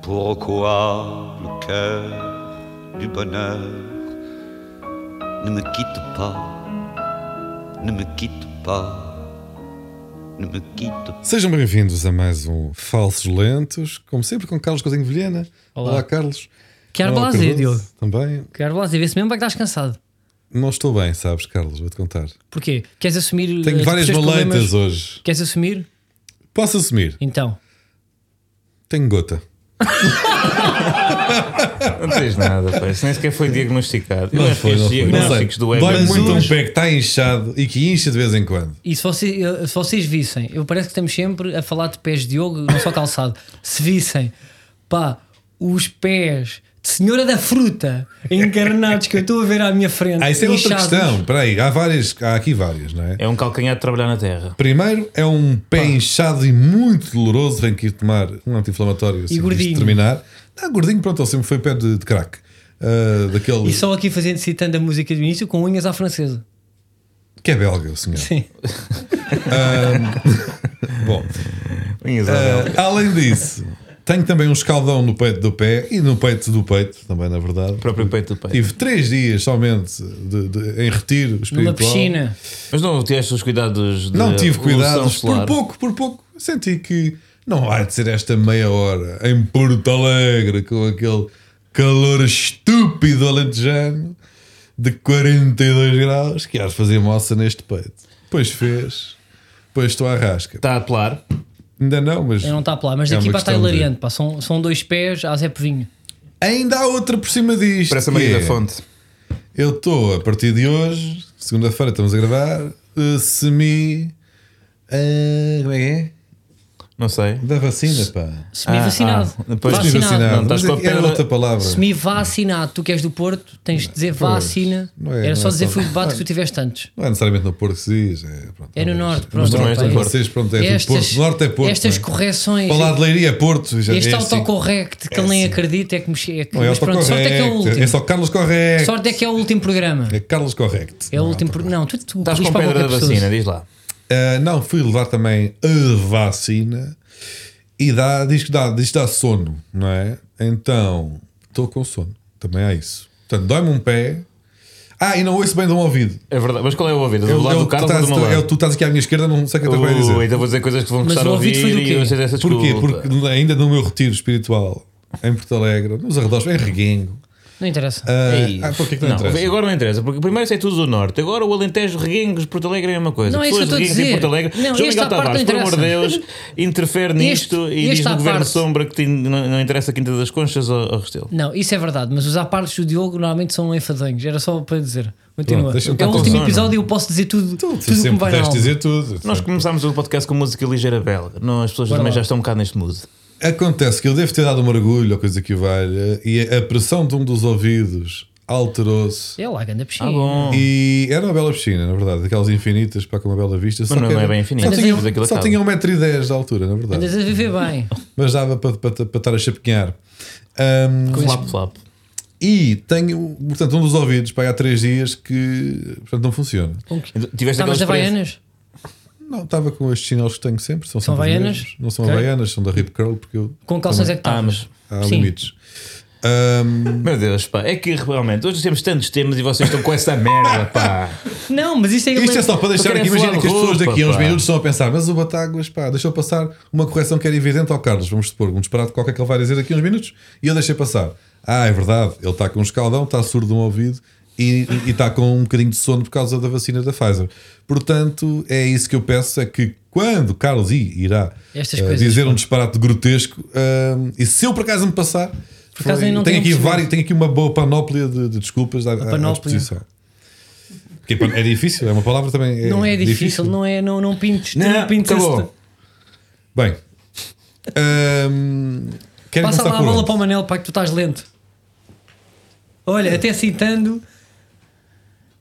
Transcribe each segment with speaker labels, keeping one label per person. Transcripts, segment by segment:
Speaker 1: pourquoi le cœur du bonheur ne me quitte pas, ne me quitte pas, ne me quitte pas.
Speaker 2: Sejam bem-vindos a mais um Falsos Lentos, como sempre com Carlos Coutinho de Vilhena. Olá,
Speaker 3: Olá.
Speaker 2: Carlos.
Speaker 3: Quero
Speaker 2: Olá,
Speaker 3: blazer,
Speaker 2: Cardoso.
Speaker 3: Diogo.
Speaker 2: Também.
Speaker 3: Quero blazer, vê-se mesmo bem que estás cansado.
Speaker 2: Não estou bem, sabes, Carlos, vou-te contar.
Speaker 3: Porquê? Queres assumir.
Speaker 2: Tenho
Speaker 3: eh,
Speaker 2: várias
Speaker 3: os teus
Speaker 2: maleitas
Speaker 3: Eh, problemas?
Speaker 2: hoje.
Speaker 3: Queres assumir?
Speaker 2: Posso assumir?
Speaker 3: Então.
Speaker 2: Tenho gota.
Speaker 4: Não tens nada, pá. Isso nem sequer foi diagnosticado. Eu acho que estes
Speaker 2: Não
Speaker 4: diagnósticos
Speaker 2: sei.
Speaker 4: do web
Speaker 2: Dói
Speaker 4: é
Speaker 2: muito
Speaker 4: muito-
Speaker 2: um pé que está inchado e que incha de vez em quando.
Speaker 3: E se vocês, eh, se vocês vissem, eu parece que estamos sempre a falar de pés de Diogo, não só calçado. Se vissem, pá, os pés de Senhora da Fruta encarnados que eu estou a ver à minha frente.
Speaker 2: Ah, isso é outra
Speaker 3: inchados.
Speaker 2: questão. Espera aí, há várias, há aqui várias, não é?
Speaker 4: É um calcanhar de trabalhar na terra.
Speaker 2: Primeiro é um pé inchado e muito doloroso. Tenho que ir tomar um anti-inflamatório assim,
Speaker 3: gordinho.
Speaker 2: terminar. Ah, gordinho, pronto, ele sempre foi pé de, de crack. Ah, daquele
Speaker 3: E só aqui fazendo, citando a música do início, com unhas à francesa.
Speaker 2: que é belga, o senhor.
Speaker 3: Sim.
Speaker 2: Bom,
Speaker 4: Isabel.
Speaker 2: ah, além disso, tenho também um escaldão no peito do pé e no peito do peito, também, na verdade.
Speaker 4: O próprio peito do peito.
Speaker 2: Tive três dias somente de- de- em retiro
Speaker 3: Numa
Speaker 2: espiritual.
Speaker 3: piscina.
Speaker 4: Mas não tiveste os cuidados de
Speaker 2: Não tive cuidados.
Speaker 4: evolução
Speaker 2: Por
Speaker 4: É, solar?
Speaker 2: pouco, por pouco. Senti que não vai de ser esta meia hora em Porto Alegre com aquele calor estúpido alentejano de 42 graus que has de fazer moça neste peito. Pois fez. Pois estou à rasca.
Speaker 4: Está a apelar.
Speaker 2: Ainda não, mas
Speaker 3: Eu não tá está a pular, mas
Speaker 2: É
Speaker 3: daqui
Speaker 2: uma
Speaker 3: para está
Speaker 2: questão de-
Speaker 3: hilariante, pá. São, são dois pés a Zé Povinho.
Speaker 2: ainda há outra por cima disto.
Speaker 4: Parece a
Speaker 2: que
Speaker 4: Maria
Speaker 2: é,
Speaker 4: da Fonte.
Speaker 2: Eu estou a partir de hoje, segunda-feira estamos a gravar, eh, semi. eh, como é que é?
Speaker 4: Não sei.
Speaker 2: Da vacina, pá.
Speaker 3: Semi-vacinado.
Speaker 4: Ah, ah, depois
Speaker 2: Vacinado.
Speaker 4: Não,
Speaker 3: vacinado.
Speaker 4: estás
Speaker 2: Mas
Speaker 4: com a
Speaker 2: é que era
Speaker 4: perna-
Speaker 2: outra palavra.
Speaker 3: Semi-vacinado. Tu que és do Porto, tens de dizer
Speaker 2: Pois,
Speaker 3: vacina.
Speaker 2: não é-
Speaker 3: Era
Speaker 2: não
Speaker 3: só
Speaker 2: é
Speaker 3: dizer
Speaker 2: só-
Speaker 3: foi o debate que tu tiveste antes.
Speaker 2: Não é necessariamente no Porto que se diz. É, pronto,
Speaker 3: É no
Speaker 2: talvez.
Speaker 3: norte,
Speaker 2: Mas
Speaker 3: pronto.
Speaker 4: também
Speaker 3: pá,
Speaker 4: és do
Speaker 3: é-
Speaker 4: Porto.
Speaker 2: Vocês, pronto, é do Porto. Do norte é Porto.
Speaker 3: Estas
Speaker 2: não é?
Speaker 3: correções.
Speaker 2: Para lá de Leiria é Porto. Já,
Speaker 3: este
Speaker 2: é assim.
Speaker 3: autocorrect que ele nem acredita é que me. É que,
Speaker 2: Não é
Speaker 3: mas pronto, sorte é que é o
Speaker 2: autocorrect.
Speaker 3: último.
Speaker 2: É só Carlos Correct.
Speaker 3: Sorte é que é o último programa.
Speaker 2: É Carlos Correct.
Speaker 3: É o último. pro- Não, tu, tu
Speaker 4: Estás com
Speaker 3: corriges
Speaker 4: a
Speaker 3: para
Speaker 4: pedra da
Speaker 3: qualquer pessoa.
Speaker 4: vacina, diz lá.
Speaker 2: Ah, não, fui levar também a vacina e dá, diz que dá, diz que dá sono, não é? Então, estou com sono. Também há isso. Portanto, dói-me um pé. Ah, e não ouço bem de um ouvido.
Speaker 4: É verdade. Mas qual é o ouvido?
Speaker 2: É
Speaker 4: Do
Speaker 2: o- é
Speaker 4: lado
Speaker 2: o
Speaker 4: do
Speaker 2: que
Speaker 4: Carlos ou
Speaker 2: estás-
Speaker 4: do meu
Speaker 2: é o que
Speaker 4: lado?
Speaker 2: tu estás aqui à minha esquerda, não sei o que eu estou a dizer.
Speaker 4: Uh, Então vou dizer coisas que vão
Speaker 3: Mas
Speaker 4: gostar de
Speaker 3: o ouvido
Speaker 4: ouvir
Speaker 3: foi do
Speaker 4: e
Speaker 3: quê?
Speaker 4: eu sei dessas
Speaker 2: Porquê?
Speaker 4: desculpa.
Speaker 2: Porque ainda no meu retiro espiritual em Porto Alegre, nos arredores, em Reguengo.
Speaker 3: Não interessa.
Speaker 2: ah,
Speaker 4: Ei,
Speaker 2: ah, porque é que não, interessa?
Speaker 4: Agora não interesa, porque primeiro isso é tudo do norte. Agora o Alentejo, Reguengos, Porto Alegre é a mesma coisa.
Speaker 3: Não, é isso
Speaker 4: Pessoas
Speaker 3: que eu
Speaker 4: de
Speaker 3: estou a
Speaker 4: Reguengos
Speaker 3: dizer.
Speaker 4: em Porto Alegre.
Speaker 3: Não,
Speaker 4: João
Speaker 3: esta
Speaker 4: Miguel
Speaker 3: parte
Speaker 4: Tavares,
Speaker 3: não
Speaker 4: por amor de Deus,
Speaker 3: interessa.
Speaker 4: interfere nisto
Speaker 3: Este-
Speaker 4: e
Speaker 3: este
Speaker 4: diz
Speaker 3: à
Speaker 4: no Governo
Speaker 3: parte.
Speaker 4: Sombra que te- não, não interessa a Quinta das Conchas ou, ou Restelo.
Speaker 3: Não, isso é verdade, mas os apartes do Diogo normalmente são enfadonhos. Era só para dizer. Continua.
Speaker 2: deixa-me
Speaker 3: é o
Speaker 2: estar
Speaker 3: último
Speaker 4: com
Speaker 3: episódio e eu posso dizer tudo, tudo,
Speaker 2: Tu
Speaker 3: que me
Speaker 2: sempre
Speaker 3: vai na
Speaker 2: pudeste
Speaker 3: alma.
Speaker 2: dizer tudo.
Speaker 4: Nós começámos o podcast com música ligeira belga. Não, as pessoas
Speaker 3: Bora
Speaker 4: também
Speaker 3: lá.
Speaker 4: já estão um bocado neste mood.
Speaker 2: Acontece que eu devo ter dado um mergulho ou coisa que valha e a pressão de um dos ouvidos alterou-se.
Speaker 3: É lá, ganda piscina.
Speaker 4: Ah, bom.
Speaker 2: E era uma bela piscina, na verdade, aquelas infinitas para com uma bela vista. Só
Speaker 4: Mas não
Speaker 2: que
Speaker 4: é
Speaker 2: era-
Speaker 4: bem infinita,
Speaker 2: Só
Speaker 3: mas
Speaker 2: tinha, um-
Speaker 4: aquilo
Speaker 2: só
Speaker 4: acaba.
Speaker 2: tinha 1,10m de altura, na
Speaker 3: Andas
Speaker 2: verdade.
Speaker 3: a viver bem.
Speaker 4: Então,
Speaker 2: Mas dava para, para, para estar a chapinhar. Ahm,
Speaker 4: Flap, flap.
Speaker 2: e tenho, portanto, um dos ouvidos para há 3 dias que portanto, não funciona.
Speaker 4: Então, Tiveste
Speaker 3: Estavas de
Speaker 4: aquela experiência-
Speaker 3: Havaianas?
Speaker 2: Não, estava com estes chinelos que tenho sempre. São,
Speaker 3: São
Speaker 2: sempre os
Speaker 3: havaianas?
Speaker 2: mesmos. Não são
Speaker 3: Ok.
Speaker 2: havaianas, são da Rip Curl, porque eu,
Speaker 3: Com calções é que
Speaker 4: Ah,
Speaker 3: estavas?
Speaker 4: mas.
Speaker 2: há
Speaker 3: Sim.
Speaker 2: limites. Ahm,
Speaker 4: Meu Deus, pá, é que realmente hoje temos tantos temas e vocês estão com essa merda, pá.
Speaker 3: Não, mas isso é.
Speaker 2: isto é só para deixar
Speaker 4: quero
Speaker 2: aqui. Imagina
Speaker 4: falar
Speaker 2: que as
Speaker 4: de
Speaker 2: pessoas daqui a uns
Speaker 4: roupa, pá.
Speaker 2: minutos estão a pensar, mas o Batáguas, pá, deixou passar uma correção que era evidente ao Carlos. Vamos supor, um disparate qualquer que ele vai dizer daqui a uns minutos e eu deixei passar. Ah, é verdade, ele está com um escaldão, está surdo de um ouvido e, e está com um bocadinho de sono por causa da vacina da Pfizer. Portanto, é isso que eu peço: é que quando Carlos I irá
Speaker 3: Estas
Speaker 2: eh,
Speaker 3: coisas,
Speaker 2: dizer um disparate grotesco, eh, e se eu por acaso me passar,
Speaker 3: acaso
Speaker 2: foi-
Speaker 3: eu não
Speaker 2: tenho,
Speaker 3: tenho
Speaker 2: aqui
Speaker 3: percebido.
Speaker 2: vários, tenho aqui uma boa panóplia de, de desculpas à, à- à
Speaker 3: panóplia.
Speaker 2: disposição. Porque pan- é difícil, é uma palavra também.
Speaker 3: Não é difícil, não é. Não, não pintes. tu Não,
Speaker 4: Não,
Speaker 3: pintes.
Speaker 4: acabou.
Speaker 3: esse-
Speaker 2: Bem, ahm, Querem
Speaker 3: Passa
Speaker 2: começar
Speaker 3: lá a
Speaker 2: por
Speaker 3: bola
Speaker 2: onde?
Speaker 3: para o Manel, pá, que tu estás lento. Olha, até citando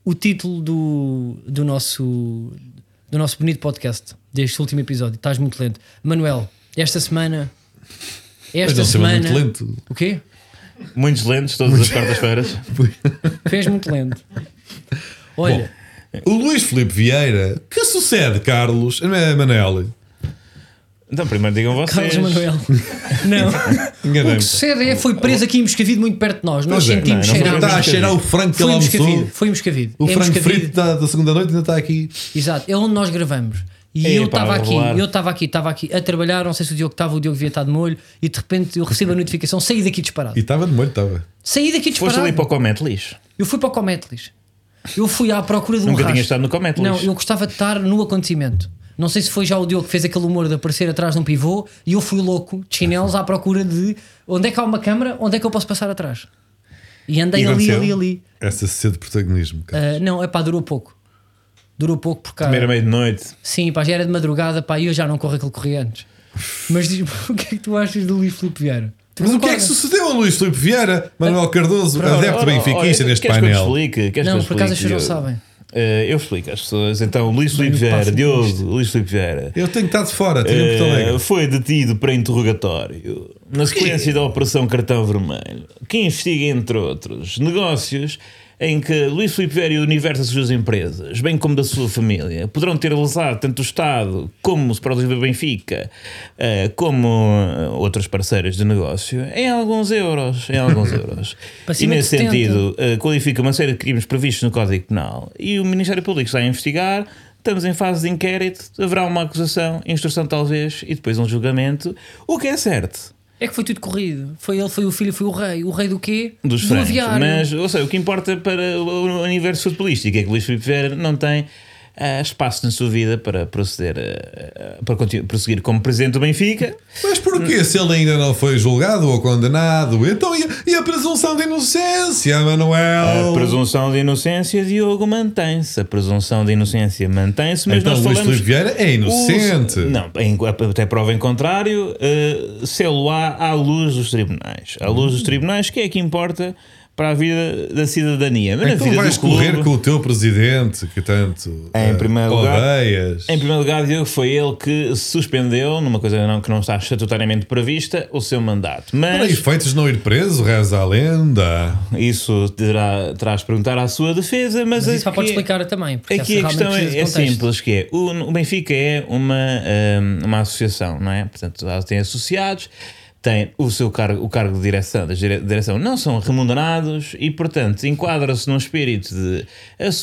Speaker 3: o título do, do, nosso, do nosso bonito podcast, deste último episódio. Estás muito lento. Manuel, esta semana. Esta
Speaker 2: não se chama
Speaker 3: semana.
Speaker 2: muito lento.
Speaker 3: O quê?
Speaker 4: Muitos lentos todas as quartas-feiras.
Speaker 3: Fez muito lento. Olha,
Speaker 2: O Luís Filipe Vieira, que sucede, Carlos? Eh, Manel,
Speaker 4: Então, primeiro digam vocês.
Speaker 3: Carlos Manuel. Não. O que
Speaker 2: enganei-me.
Speaker 3: sucede é foi preso aqui em Moscavide muito perto de nós. Nós
Speaker 2: Pois é.
Speaker 3: sentimos
Speaker 4: Não, não
Speaker 3: cheiro.
Speaker 4: foi
Speaker 2: Ainda
Speaker 4: Moscavide.
Speaker 2: está a cheirar o frango que ele
Speaker 3: Foi Moscavide.
Speaker 2: almoçou.
Speaker 3: Foi Moscavide.
Speaker 2: O
Speaker 3: É
Speaker 2: frango
Speaker 3: Moscavide.
Speaker 2: frito da, da segunda noite ainda está aqui.
Speaker 3: Exato, é onde nós gravamos. E
Speaker 4: Ei,
Speaker 3: eu
Speaker 4: pá,
Speaker 3: estava aqui,
Speaker 4: revelar.
Speaker 3: eu estava aqui, estava aqui a trabalhar, não sei se o Diogo estava, o Diogo devia estar de molho, e de repente eu recebo a notificação, saí daqui disparado.
Speaker 2: E estava de molho, estava.
Speaker 3: Saí daqui
Speaker 4: Foste
Speaker 3: disparado.
Speaker 4: ali para o Comet Lixo.
Speaker 3: Eu fui para o Cometlis. Eu fui à procura de um
Speaker 4: Nunca
Speaker 3: rastro.
Speaker 4: tinha estado no Comet
Speaker 3: Não,
Speaker 4: Lixo.
Speaker 3: eu gostava de estar no acontecimento. Não sei se foi já o Diogo que fez aquele humor de aparecer atrás de um pivô e eu fui louco, de chinelos, à procura de onde é que há uma câmara, onde é que eu posso passar atrás. E andei
Speaker 2: E
Speaker 3: ali,
Speaker 2: aconteceu?
Speaker 3: ali, ali.
Speaker 2: Essa sede de protagonismo, cara.
Speaker 3: Ah, não, é pá, durou pouco. Durou pouco porque. há-
Speaker 4: Primeira meia-noite.
Speaker 3: Sim, pá, já era de madrugada, pá, e eu já não corro aquele que corri antes. Mas diz-me, o que é que tu achas do Luís Filipe Vieira? Tu
Speaker 2: Mas o que é que
Speaker 3: concordas?
Speaker 2: sucedeu a Luís Filipe Vieira, Manuel Cardoso, adepto
Speaker 4: Ora, ora,
Speaker 2: benfiquista
Speaker 4: ora,
Speaker 2: neste
Speaker 4: queres Que eu
Speaker 2: painel?
Speaker 4: te explique? Queres
Speaker 3: Não,
Speaker 4: que eu te
Speaker 3: por acaso as
Speaker 4: explique?
Speaker 3: pessoas não um sabem.
Speaker 4: Eh, eu explico às pessoas. Então, Luís Filipe
Speaker 3: eu
Speaker 4: Vieira,
Speaker 3: passo-me
Speaker 4: Diogo,
Speaker 3: isto.
Speaker 4: Luís Filipe Vieira,
Speaker 2: Eu tenho estado fora, tenho um Porto
Speaker 4: eh,
Speaker 2: Alegre.
Speaker 4: foi detido para interrogatório na sequência da Operação Cartão Vermelho, que investiga, entre outros, negócios em que Luís Filipe Vieira e o universo das suas empresas, bem como da sua família, poderão ter lesado tanto o Estado como o Sporting do Benfica, eh, como eh, outros parceiros de negócio, em alguns euros. Em alguns euros.
Speaker 3: Para
Speaker 4: e
Speaker 3: cima de
Speaker 4: nesse
Speaker 3: 70.
Speaker 4: sentido, eh, qualifica uma série de crimes previstos no Código Penal e o Ministério Público está a investigar. Estamos em fase de inquérito, haverá uma acusação, instrução talvez e depois um julgamento. O que é certo
Speaker 3: É que foi tudo corrido. Foi ele, foi o filho, foi o rei. O rei do quê?
Speaker 4: dos
Speaker 3: do
Speaker 4: frangos.
Speaker 3: aviário.
Speaker 4: Mas, ou seja, o que importa para o universo futebolístico é que Luís Filipe Vieira não tem ah, espaço na sua vida para proceder, ah, ah, para continu- prosseguir como presidente do Benfica.
Speaker 2: Mas porquê? Se ele ainda não foi julgado ou condenado, então e, e a presunção de inocência, Manuel?
Speaker 4: A presunção de inocência, Diogo, mantém-se. A presunção de inocência mantém-se, mas
Speaker 2: Então
Speaker 4: nós
Speaker 2: Luís
Speaker 4: falamos...
Speaker 2: Filipe Vieira é inocente.
Speaker 4: Os- não, em- até prova em contrário, uh, há à luz dos tribunais. À luz dos tribunais, que é que importa para a vida da cidadania? Mas na
Speaker 2: Então
Speaker 4: vida do
Speaker 2: vais
Speaker 4: um clube- É,
Speaker 2: correr com o teu presidente que tanto
Speaker 4: Em
Speaker 2: eh,
Speaker 4: primeiro lugar-
Speaker 2: odeias.
Speaker 4: Em primeiro lugar, Diogo, foi ele que suspendeu, numa coisa não- que não está estatutariamente prevista, o seu mandato.
Speaker 2: Para
Speaker 4: Mas
Speaker 2: efeitos de não ir preso, reza a lenda.
Speaker 4: isso terá, terás de perguntar à sua defesa. Mas,
Speaker 3: Mas isso pá,
Speaker 4: aqui-
Speaker 3: pode explicar também. Porque
Speaker 4: Aqui a
Speaker 3: essa
Speaker 4: questão
Speaker 3: realmente precisa
Speaker 4: é, é
Speaker 3: de contexto.
Speaker 4: simples, que é, o, o Benfica é uma, ahm, uma associação, não é? Portanto, ela tem associados, tem o seu cargo, o cargo de direção, da dire- direção não são remunerados e, portanto, enquadra-se num espírito de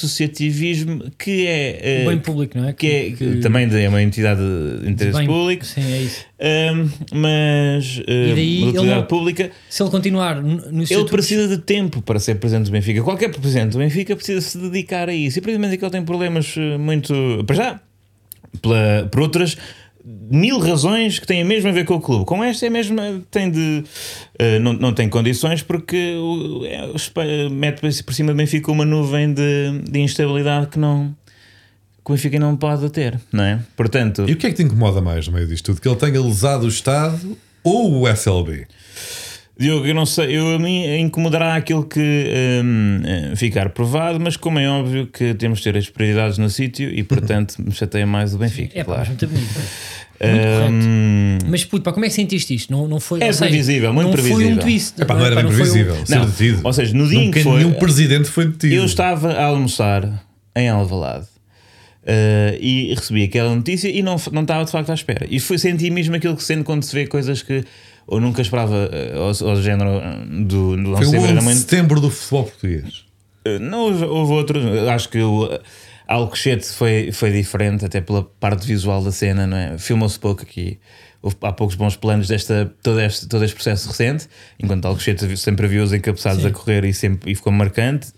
Speaker 4: associativismo que é... eh,
Speaker 3: Bem público, não é?
Speaker 4: que é, que também é uma entidade de interesse
Speaker 3: bem-
Speaker 4: público,
Speaker 3: Sim, é isso.
Speaker 4: ahm, mas eh,
Speaker 3: E daí
Speaker 4: de
Speaker 3: ele
Speaker 4: utilidade
Speaker 3: não-
Speaker 4: pública,
Speaker 3: Se ele continuar no no
Speaker 4: ele
Speaker 3: estatuto-
Speaker 4: precisa de tempo para ser presidente do Benfica. Qualquer presidente do Benfica precisa se dedicar a isso. E precisamente é que ele tem problemas eh, muito. Para já, pela- por outras mil razões que têm mesmo a ver com o clube. Com esta é mesmo. eh, Tem de. eh, não, não tem condições porque o- é, o espa- mete por cima do Benfica uma nuvem de, de instabilidade que não. que o Benfica não pode ter, não é? Portanto.
Speaker 2: E o que é que te incomoda mais no meio disto tudo? Que ele tenha lesado o Estado ou o SLB?
Speaker 4: Diogo, eu não sei, eu, a mim incomodará aquilo que hum, eh, ficar provado, mas como é óbvio que temos de ter as prioridades no sítio e portanto me chateia mais o Benfica,
Speaker 3: É pá, mas
Speaker 4: claro.
Speaker 3: muito bonito.
Speaker 4: Hum,
Speaker 3: Mas puto, pá, como é que sentiste isto? Não, não foi,
Speaker 4: É
Speaker 3: ou seja,
Speaker 4: previsível, muito
Speaker 3: não Foi
Speaker 4: previsível.
Speaker 3: um twist.
Speaker 2: Epá, não era
Speaker 3: Pá,
Speaker 2: bem
Speaker 3: foi um-
Speaker 2: previsível ser
Speaker 4: Não,
Speaker 2: detido.
Speaker 4: ou seja, no dia em
Speaker 2: Nunca
Speaker 4: que foi-
Speaker 2: nenhum presidente foi detido.
Speaker 4: eu estava a almoçar em Alvalade eh, e recebi aquela notícia e não, f- não estava de facto à espera. E fui sentir mesmo aquilo que se sente quando se vê coisas que ou nunca esperava, eh, ou, ou do género eh,
Speaker 2: Foi
Speaker 4: do, do
Speaker 2: um
Speaker 4: Alceu
Speaker 2: o 11 de
Speaker 4: Verdadeiramente-
Speaker 2: setembro do futebol português.
Speaker 4: Uh, Não, houve, houve outros. Eu Acho que o Alcochete foi, foi diferente, até pela parte visual da cena, não é? Filmou-se pouco aqui. Houve, há poucos bons planos desta, todo, este, todo este processo recente, enquanto Alcochete vi- sempre viu os encabeçados a correr e, sempre, e ficou marcante.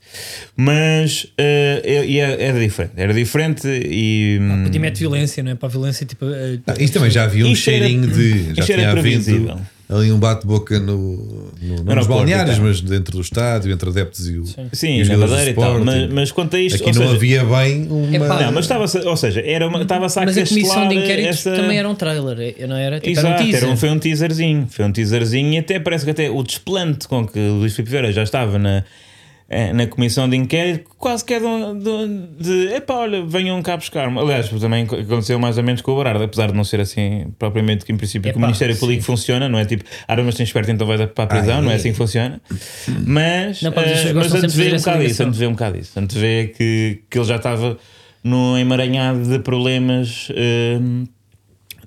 Speaker 4: Mas uh, é- e é- era diferente. Era diferente e. hum,
Speaker 3: Puto, E mete violência, não é? Para a violência, tipo. eh,
Speaker 2: Ah, isto também já havia um
Speaker 4: Isto era-
Speaker 2: cheirinho de. Já
Speaker 4: isto era
Speaker 2: tinha havido
Speaker 4: previsível.
Speaker 2: ali um bate-boca no, no, não nos
Speaker 4: Aeroporto,
Speaker 2: balneários,
Speaker 4: então.
Speaker 2: mas dentro do estádio, entre adeptos e o.
Speaker 4: Sim,
Speaker 2: e os
Speaker 4: na
Speaker 2: jogadores do
Speaker 4: Madeira e tal.
Speaker 2: Sporting.
Speaker 4: Mas, mas quanto a isto,
Speaker 2: Aqui
Speaker 4: ou
Speaker 2: não
Speaker 4: seja,
Speaker 2: havia bem uma.
Speaker 3: Epá,
Speaker 4: Não, mas tá- estava-se, ou seja, era uma- estava-se a
Speaker 3: Mas a comissão
Speaker 4: castelar
Speaker 3: de inquéritos
Speaker 4: essa-
Speaker 3: também era um trailer, eu não era? Tipo, era
Speaker 4: Exato,
Speaker 3: um teaser.
Speaker 4: era um- foi um teaserzinho. Foi um teaserzinho e até parece que até o desplante com que o Luís Filipe Vieira já estava na, eh, na comissão de inquérito quase que é de, um- de, um- de epá, olha, venham cá buscar-me. Aliás, também aconteceu mais ou menos com o Barardo, apesar de não ser assim propriamente que em princípio que o
Speaker 3: Epá,
Speaker 4: Ministério Público funciona, não é tipo, ah, mas tens esperto, então vais para a prisão,
Speaker 2: Ai.
Speaker 4: não é assim que funciona. Mas,
Speaker 3: Não, pá, as
Speaker 4: eh,
Speaker 3: pessoas
Speaker 4: mas
Speaker 3: gostam sempre de
Speaker 4: antevê
Speaker 3: fazer
Speaker 4: um
Speaker 3: essa
Speaker 4: bocado isso,
Speaker 3: ligação.
Speaker 4: antevê um bocado isso, antevê que, que ele já estava num emaranhado de problemas. eh,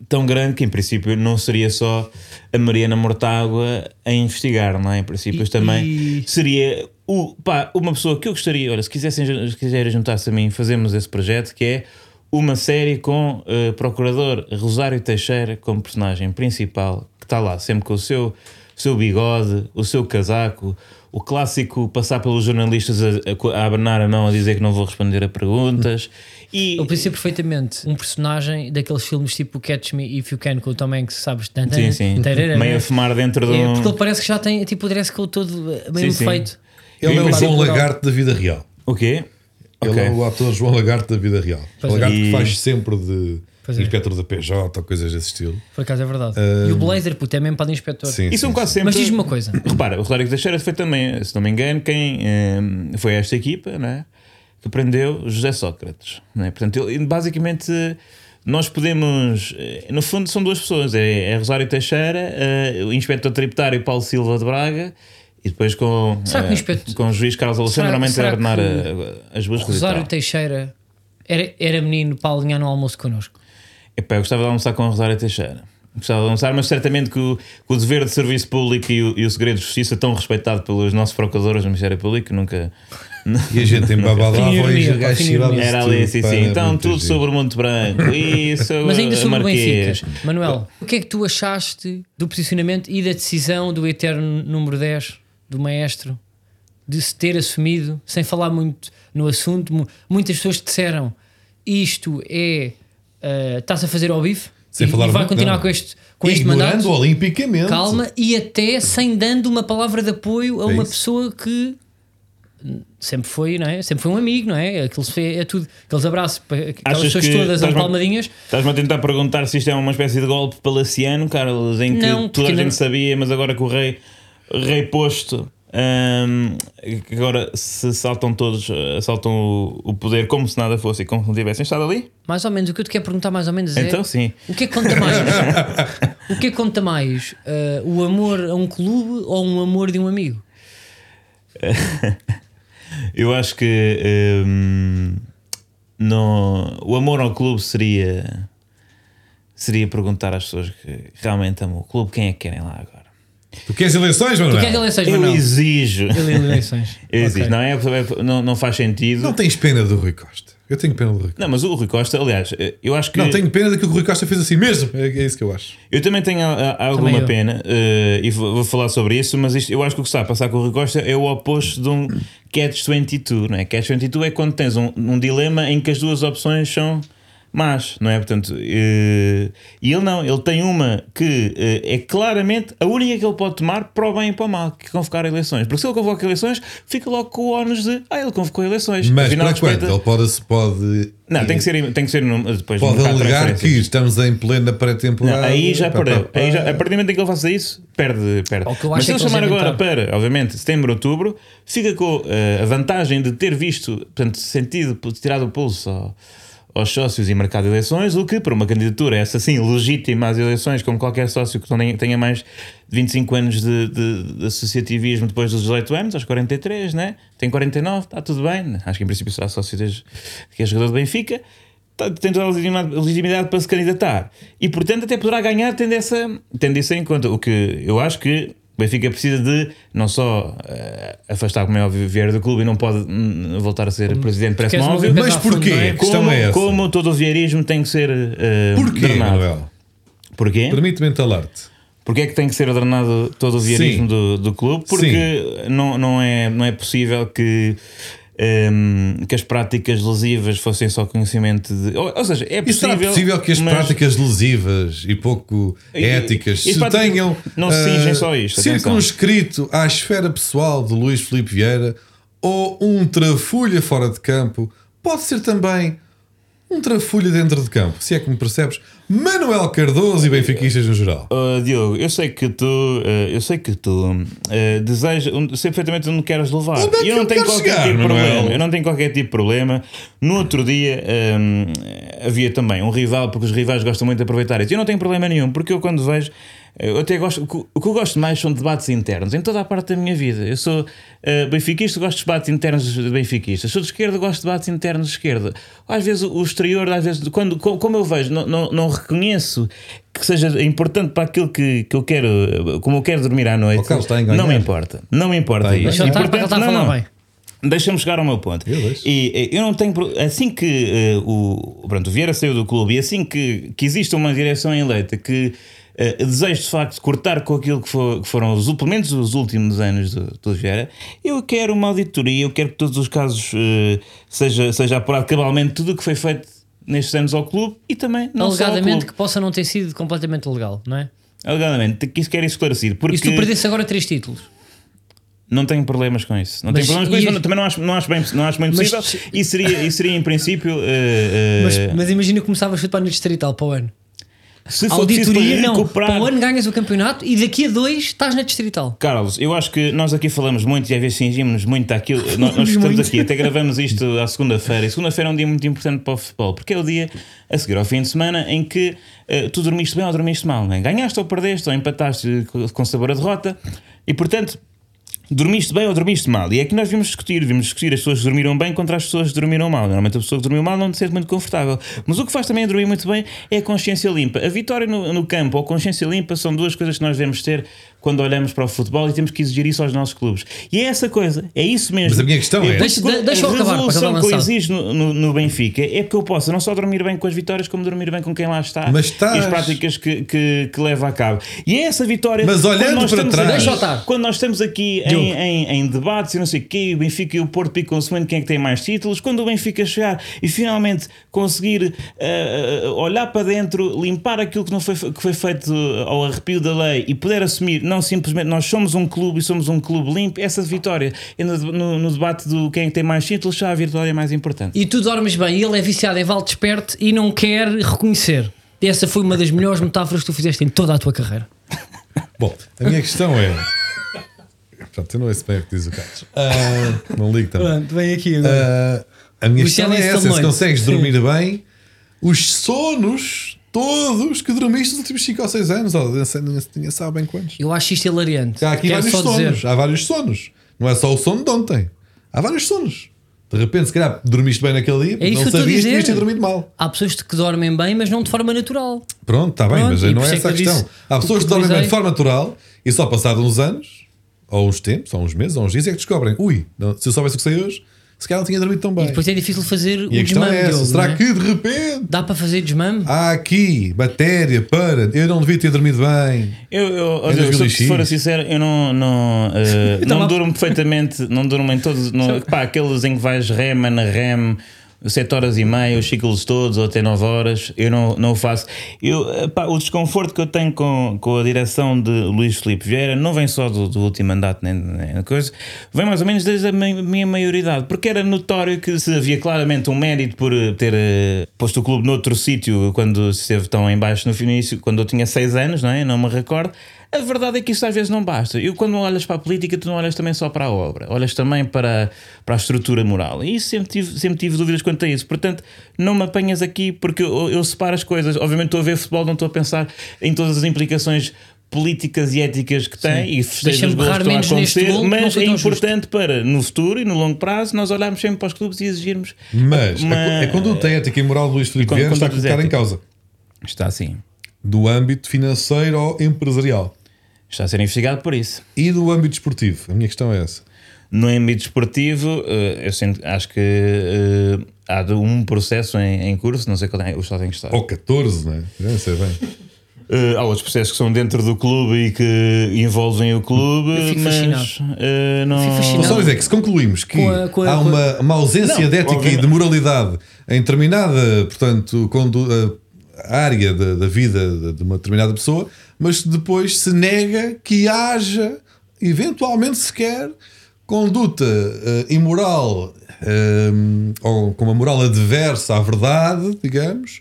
Speaker 4: tão grande que em princípio não seria só a Mariana Mortágua a investigar, não é? Em princípio isto também
Speaker 3: e-
Speaker 4: seria o, pá, uma pessoa que eu gostaria, olha, se quisessem se quiserem juntar-se a mim, fazemos esse projeto que é uma série com eh, procurador Rosário Teixeira como personagem principal, que está lá sempre com o seu, seu bigode, o seu casaco, o clássico passar pelos jornalistas a, a, a abanar a mão a dizer que não vou responder a perguntas e
Speaker 3: Eu pensei perfeitamente um personagem daqueles filmes tipo Catch Me If You Can com o Tom Hanks, sabes? Tan, tan,
Speaker 4: sim, sim,
Speaker 3: tararara.
Speaker 4: meio a fumar dentro de
Speaker 3: É,
Speaker 4: um...
Speaker 3: porque ele parece que já tem tipo o dress code todo eh, bem
Speaker 4: Sim, sim.
Speaker 3: feito.
Speaker 2: Ele é o
Speaker 4: Sim.
Speaker 2: João Lagarto da vida real.
Speaker 4: O quê?
Speaker 2: Ele
Speaker 4: Ok.
Speaker 2: é o ator João Lagarto da vida real.
Speaker 3: Pois é.
Speaker 2: Lagarto que
Speaker 4: E-
Speaker 2: faz sempre de
Speaker 3: Pois é.
Speaker 2: inspector da PJ ou coisas desse estilo.
Speaker 3: Por acaso é verdade. E o blazer, puto, é mesmo para de inspetor.
Speaker 2: Sim,
Speaker 4: Isso é um
Speaker 2: sim,
Speaker 4: quase sempre.
Speaker 3: Mas diz-me uma coisa.
Speaker 4: Repara, o Rosário Teixeira foi também, se não me engano, quem eh, foi esta equipa né, que prendeu José Sócrates. Né? Portanto, ele- basicamente, eh, nós podemos. eh, No fundo, são duas pessoas: é, é Rosário Teixeira, eh, o inspetor tributário Paulo Silva de Braga. E depois com,
Speaker 3: Será que o
Speaker 4: eh,
Speaker 3: inspetor-
Speaker 4: com o juiz Carlos Alexandre
Speaker 3: será-
Speaker 4: realmente
Speaker 3: será
Speaker 4: a ordenar
Speaker 3: que
Speaker 4: a- as buscas e
Speaker 3: Rosário
Speaker 4: tal.
Speaker 3: Teixeira era, era menino para alinhar no almoço connosco.
Speaker 4: Epá, eu gostava de almoçar com o Rosário Teixeira. Gostava de almoçar, mas certamente que o, que o dever de serviço público e o, e o segredo de justiça, tão respeitado pelos nossos procuradores do Ministério Público, nunca.
Speaker 2: E a gente em Babadava
Speaker 3: Fina
Speaker 2: e
Speaker 3: ironia,
Speaker 2: o
Speaker 3: pá,
Speaker 2: gajo
Speaker 3: fina
Speaker 2: tirava-se
Speaker 3: ironia.
Speaker 4: Era
Speaker 2: tudo,
Speaker 4: ali, sim,
Speaker 2: tipo pá,
Speaker 4: sim.
Speaker 2: era
Speaker 4: Então,
Speaker 2: muito
Speaker 4: tudo
Speaker 2: giro.
Speaker 4: sobre o Monte Branco e sobre
Speaker 3: Mas ainda sobre o
Speaker 4: Marquês.
Speaker 3: Benfica, Manuel, o que é que tu achaste do posicionamento e da decisão do eterno número 10 do maestro de se ter assumido, sem falar muito no assunto? Mu- Muitas pessoas disseram isto é. ah, Estás a fazer ao bife
Speaker 2: Sem
Speaker 3: e,
Speaker 2: falar
Speaker 3: e vai
Speaker 2: muito,
Speaker 3: continuar
Speaker 2: não.
Speaker 3: com este, com este
Speaker 2: Ignorando
Speaker 3: mandato.
Speaker 2: olimpicamente.
Speaker 3: calma e até sem dando uma palavra de apoio a uma
Speaker 2: É isso.
Speaker 3: pessoa que hum, sempre foi, não é? Sempre foi um amigo, não é? Aquilo se fez, é tudo, aqueles abraços, pa- aquelas
Speaker 4: Achas
Speaker 3: pessoas
Speaker 4: que
Speaker 3: todas, as
Speaker 4: estás-me a-
Speaker 3: palmadinhas.
Speaker 4: Estás-me a tentar perguntar se isto é uma espécie de golpe palaciano, Carlos, em que
Speaker 3: Não,
Speaker 4: toda a
Speaker 3: porque
Speaker 4: gente
Speaker 3: não-
Speaker 4: sabia, mas agora que o rei, rei posto, hum, que agora se saltam todos, eh, assaltam o, o poder como se nada fosse e como se não tivessem estado ali?
Speaker 3: Mais ou menos, o que eu te quero perguntar, mais ou menos, é
Speaker 4: Então sim.
Speaker 3: o que é que conta mais? o que é que conta mais? Ah, o amor a um clube ou um amor de um amigo?
Speaker 4: Eu acho que hum, não, o amor ao clube seria seria perguntar às pessoas que realmente amam o clube quem é que querem lá agora.
Speaker 2: Tu queres eleições,
Speaker 3: Tu queres
Speaker 2: Manuel?
Speaker 3: eleições,
Speaker 4: Eu
Speaker 3: Manuel?
Speaker 4: exijo.
Speaker 3: Ele- eleições.
Speaker 4: Eu exijo.
Speaker 3: Ok.
Speaker 4: Não, é, é- não, não faz sentido.
Speaker 2: Não tens pena do Rui Costa. Eu tenho pena do Rui Costa.
Speaker 4: Não, mas o Rui Costa, aliás, eu acho que.
Speaker 2: Não, tenho pena daquilo que o Rui Costa fez assim mesmo. É, é isso que eu acho.
Speaker 4: Eu também tenho a- a- alguma
Speaker 3: Também eu.
Speaker 4: pena eh, e vou, vou falar sobre isso, mas isto- eu acho que o que está a passar com o Rui Costa é o oposto de um Catch 22, não é? Catch 22 é quando tens um, um dilema em que as duas opções são más, não é? Portanto, eh, e ele não, ele tem uma que eh, é claramente a única que ele pode tomar para o bem e para o mal, que é convocar eleições. Porque se ele convoca eleições, fica logo com o ónus de, ah, ele convocou eleições.
Speaker 2: Mas
Speaker 4: Afinal,
Speaker 2: para
Speaker 4: respeita-
Speaker 2: quando? Ele pode. se pode
Speaker 4: Não, tem que ser, tem que ser num- depois de um
Speaker 2: Pode
Speaker 4: bocado de
Speaker 2: alegar que
Speaker 4: transferências.
Speaker 2: estamos em plena
Speaker 4: Não,
Speaker 2: pré-temporada.
Speaker 4: aí já
Speaker 2: Pá,
Speaker 4: perdeu.
Speaker 2: pá, pá.
Speaker 4: Aí já, a partir do momento em que ele faça isso, perde. perde.
Speaker 3: O que eu
Speaker 4: Mas
Speaker 3: acho
Speaker 4: se
Speaker 3: é
Speaker 4: ele
Speaker 3: que eles
Speaker 4: chamar agora
Speaker 3: inventaram.
Speaker 4: para, obviamente, setembro, outubro, fica com eh, a vantagem de ter visto, portanto, sentido, tirado o pulso ao- aos sócios e marcado eleições, o que para uma candidatura, essa sim, legítima às eleições, como qualquer sócio que tenha- tenha mais de 25 anos de, de- de associativismo depois dos 18 anos, aos 43, né? tem 49, está tudo bem, acho que em princípio será sócio desde que é jogador do Benfica, Tá- tem toda a legitima- legitimidade para se candidatar e portanto até poderá ganhar tendo, essa, tendo isso em conta, o que eu acho que o Benfica precisa de não só eh, afastar como é óbvio Vieira do clube e não pode hum, voltar a ser presidente, parece-me
Speaker 3: queres uma
Speaker 4: óbvio
Speaker 2: Mas
Speaker 3: Mas há fundo,
Speaker 2: porquê?
Speaker 3: não é?
Speaker 2: A questão
Speaker 4: como,
Speaker 2: é essa.
Speaker 4: como todo o vieirismo tem que ser eh,
Speaker 2: Porquê,
Speaker 4: drenado.
Speaker 2: Manuel?
Speaker 4: Porquê?
Speaker 2: Permite-me entalar-te.
Speaker 4: Porque é que tem que ser drenado todo o viarismo
Speaker 2: Sim.
Speaker 4: do, do clube? Porque não, não, é, não é possível que ehm, que as práticas lesivas fossem só conhecimento de. Ou, ou seja, é
Speaker 2: E será
Speaker 4: possível.
Speaker 2: possível que as
Speaker 4: mas-
Speaker 2: práticas lesivas e pouco
Speaker 4: E-
Speaker 2: éticas
Speaker 4: e as
Speaker 2: se
Speaker 4: práticas
Speaker 2: tenham
Speaker 4: não
Speaker 2: ah,
Speaker 4: singem só isto, atenção.
Speaker 2: circunscrito à esfera pessoal de Luís Filipe Vieira ou um trafulha fora de campo pode ser também um trafulha dentro de campo, se é que me percebes Manuel Cardoso e benfiquistas no geral
Speaker 4: Oh, Diogo, eu sei que tu, eh, eu sei que tu eh, desejas, um, sei perfeitamente onde queres levar.
Speaker 2: Onde é
Speaker 4: E
Speaker 2: que
Speaker 4: eu não
Speaker 2: eu
Speaker 4: tenho
Speaker 2: quero
Speaker 4: qualquer
Speaker 2: chegar,
Speaker 4: tipo de
Speaker 2: Manuel?
Speaker 4: problema. Eu não tenho qualquer tipo de problema. No outro dia hum, havia também um rival, porque os rivais gostam muito de aproveitar isso. Eu não tenho problema nenhum, porque eu quando vejo. Eu até gosto, o que- o que eu gosto mais são debates internos, em toda a parte da minha vida. Eu sou eh, benfiquista, gosto de debates internos de benfiquistas. Sou de esquerda, gosto de debates internos de esquerda. Às vezes o exterior, às vezes, quando, co- como eu vejo, não, não, não reconheço que seja importante para aquilo que, que eu quero, eh, como eu quero dormir à noite.
Speaker 2: Oh, Carlos, está a enganar.
Speaker 4: não me importa, não me
Speaker 2: Está
Speaker 4: importa
Speaker 2: a
Speaker 4: isso.
Speaker 3: Deixa
Speaker 4: E,
Speaker 3: eu estar para que ele está tá, então a
Speaker 4: portanto, não,
Speaker 3: falar
Speaker 4: não.
Speaker 3: bem.
Speaker 4: Deixa-me chegar ao meu ponto.
Speaker 2: Eu deixo.
Speaker 4: E eh, eu não tenho. pro- Assim que eh, o, pronto, o Vieira saiu do clube e assim que, que existe uma direção eleita que eh, deseja de facto cortar com aquilo que, for- que foram os, pelo menos os últimos anos do, do Vieira, eu quero uma auditoria, eu quero que todos os casos eh, seja, seja apurado cabalmente tudo o que foi feito nestes anos ao clube e também não só ao
Speaker 3: Alegadamente que
Speaker 4: clube.
Speaker 3: possa não ter sido completamente legal, não é?
Speaker 4: Alegadamente, que isso quer esclarecido. Porque
Speaker 3: E se tu perdesse agora três títulos?
Speaker 4: Não tenho problemas com isso. Não
Speaker 3: Mas
Speaker 4: tenho problemas com
Speaker 3: e
Speaker 4: isso.
Speaker 3: as-
Speaker 4: mas Também não acho, não acho bem, não acho bem
Speaker 3: Mas-
Speaker 4: possível. E seria, e seria em princípio. eh, eh,
Speaker 3: Mas, mas imagina que começavas a chutar no distrital para o ano.
Speaker 4: se for preciso para
Speaker 3: Auditoria não.
Speaker 4: recuperar-
Speaker 3: Para o ano ganhas o campeonato e daqui a dois estás na distrital.
Speaker 4: Carlos, eu acho que nós aqui falamos muito e às vezes fingimos muito aquilo. Nós, nós estamos
Speaker 3: muito.
Speaker 4: aqui, até gravamos isto à segunda-feira. E segunda-feira é um dia muito importante para o futebol, porque é o dia a seguir ao fim de semana em que eh, tu dormiste bem ou dormiste mal. Não é? Ganhaste ou perdeste ou empataste com- com sabor a derrota. E portanto, dormiste bem ou dormiste mal. E é que nós vimos discutir, vimos discutir as pessoas que dormiram bem contra as pessoas que dormiram mal. Normalmente a pessoa que dormiu mal não se sente muito confortável. Mas o que faz também a dormir muito bem é a consciência limpa. A vitória no, no campo ou a consciência limpa são duas coisas que nós devemos ter quando olhamos para o futebol e temos que exigir isso aos nossos clubes. E é essa coisa, é isso mesmo.
Speaker 2: Mas a minha questão é-
Speaker 3: Deixa- de- deixa eu
Speaker 4: a
Speaker 3: acabar, para
Speaker 4: resolução
Speaker 3: acabar
Speaker 4: que eu
Speaker 3: lançado.
Speaker 4: exijo no, no- no Benfica é que eu possa não só dormir bem com as vitórias, como dormir bem com quem lá está
Speaker 2: Mas
Speaker 4: e
Speaker 2: estás-
Speaker 4: as práticas que, que, que leva a cabo. E é essa vitória.
Speaker 2: Mas
Speaker 4: quando
Speaker 2: olhando
Speaker 4: nós
Speaker 2: para
Speaker 4: estamos
Speaker 2: trás-
Speaker 4: aqui-
Speaker 3: Deixa eu estar.
Speaker 4: quando nós estamos aqui
Speaker 3: Diogo.
Speaker 4: em, em- em debates e não sei o quê, o Benfica e o Porto picam se muito quem é que tem mais títulos, quando o Benfica chegar e finalmente conseguir eh, eh, olhar para dentro, limpar aquilo que, não foi, fe- que foi feito ao arrepio da lei e poder assumir, não simplesmente nós somos um clube e somos um clube limpo, essa vitória E no, no- no debate do quem é que tem mais títulos, já a vitória é mais importante.
Speaker 3: E tu dormes bem e ele é viciado em vale desperto e não quer reconhecer. E essa foi uma das melhores metáforas que tu fizeste em toda a tua carreira.
Speaker 2: Bom, a minha questão é Pronto, eu não sei bem o que diz o Carlos Ah, não ligo também
Speaker 3: vem aqui
Speaker 2: Ah, a minha
Speaker 3: O
Speaker 2: questão é
Speaker 3: silêncio
Speaker 2: essa:
Speaker 3: também.
Speaker 2: se consegues dormir bem, os sonos todos que dormiste nos últimos 5 ou 6 anos, ou nem sei- nem- nem sabem quantos.
Speaker 3: Eu acho isto hilariante.
Speaker 2: Há aqui
Speaker 3: Quero
Speaker 2: vários
Speaker 3: só
Speaker 2: sonos,
Speaker 3: dizer.
Speaker 2: há vários sonos. Não é só o sono de ontem, há vários sonos. De repente, se calhar dormiste bem naquele dia,
Speaker 3: É isso que eu
Speaker 2: não
Speaker 3: estou a
Speaker 2: sabias que
Speaker 3: dizer.
Speaker 2: devias ter dormido mal.
Speaker 3: Há pessoas que dormem bem, mas não de forma natural.
Speaker 2: Pronto, está bem,
Speaker 3: Pronto,
Speaker 2: mas
Speaker 3: e
Speaker 2: não
Speaker 3: por
Speaker 2: é
Speaker 3: isso é
Speaker 2: essa a
Speaker 3: que eu
Speaker 2: questão.
Speaker 3: disse
Speaker 2: Há
Speaker 3: o
Speaker 2: pessoas
Speaker 3: que
Speaker 2: que dormem bem
Speaker 3: utilizei.
Speaker 2: de forma natural e só passados uns anos, ou uns tempos, ou uns meses, ou uns dias, é que descobrem: ui, não- se eu soubesse o que sei hoje, se calhar não tinha dormido tão bem.
Speaker 3: E depois é difícil fazer
Speaker 2: E a
Speaker 3: o
Speaker 2: questão
Speaker 3: desmame.
Speaker 2: é essa:
Speaker 3: Diogo,
Speaker 2: será
Speaker 3: não é?
Speaker 2: que Ah, de repente
Speaker 3: Dá para fazer desmame?
Speaker 2: há aqui matéria para eu não devia ter dormido bem?
Speaker 4: Eu, eu, ó
Speaker 2: É
Speaker 4: Deus,
Speaker 2: 2000
Speaker 4: se for assim sincero, eu não, não, eh, não durmo perfeitamente, não durmo em todos. Não, pá, aqueles em que vais rem, na rem, 7 horas e meia, os ciclos todos, ou até 9 horas, eu não, não o faço. Eu, eh, pá, o desconforto que eu tenho com, com a direção de Luís Filipe Vieira não vem só do, do último mandato, nem, nem coisa, vem mais ou menos desde a mi- minha maioridade, porque era notório que se havia claramente um mérito por eh, ter eh, posto o clube noutro sítio quando se esteve tão em baixo no início, quando eu tinha 6 anos, não é? Não me recordo. A verdade é que isso às vezes não basta. Eu, quando olhas para a política, tu não olhas também só para a obra, olhas também para, para a estrutura moral. E isso sempre tive, sempre tive dúvidas quanto a isso. Portanto, não me apanhas aqui porque eu, eu separo as coisas. Obviamente, estou a ver futebol, não estou a pensar em todas as implicações políticas e éticas que tem e festejo
Speaker 3: Deixa-me
Speaker 4: os gols que
Speaker 3: berrar
Speaker 4: estão a
Speaker 3: menos neste
Speaker 4: acontecer,
Speaker 3: gol, que não
Speaker 4: mas é
Speaker 3: foi tão justo.
Speaker 4: importante para no futuro e no longo prazo nós olharmos sempre para os clubes e exigirmos
Speaker 2: Mas
Speaker 4: uma-
Speaker 2: a, a conduta ética e moral do Luís Filipe
Speaker 4: Con-
Speaker 2: Vieira está a
Speaker 4: conduta
Speaker 2: colocar em
Speaker 4: ética.
Speaker 2: causa
Speaker 4: está assim,
Speaker 2: do âmbito financeiro ou empresarial
Speaker 4: está a ser investigado por isso.
Speaker 2: e do âmbito esportivo. A minha questão é essa.
Speaker 4: No âmbito desportivo, eh, eu sinto- acho que eh, há de um processo em, em curso, não sei qual é, o estado em que está.
Speaker 2: Ou 14, não é? Já não sei bem.
Speaker 4: Eh, há outros processos que são dentro do clube e que envolvem o clube,
Speaker 3: Eu fico
Speaker 4: mas
Speaker 3: fascinado.
Speaker 4: eh, não.
Speaker 3: fico fascinado.
Speaker 2: Vou só dizer que se concluímos que
Speaker 3: Com a- com a-
Speaker 2: há
Speaker 3: com a-
Speaker 2: uma, uma ausência
Speaker 4: Não,
Speaker 2: de ética e
Speaker 4: obviamente.
Speaker 2: de moralidade em determinada, portanto, condu- a área da, da vida de- de uma determinada pessoa, mas depois se nega que haja, eventualmente sequer, conduta eh, imoral eh, ou com uma moral adversa à verdade, digamos,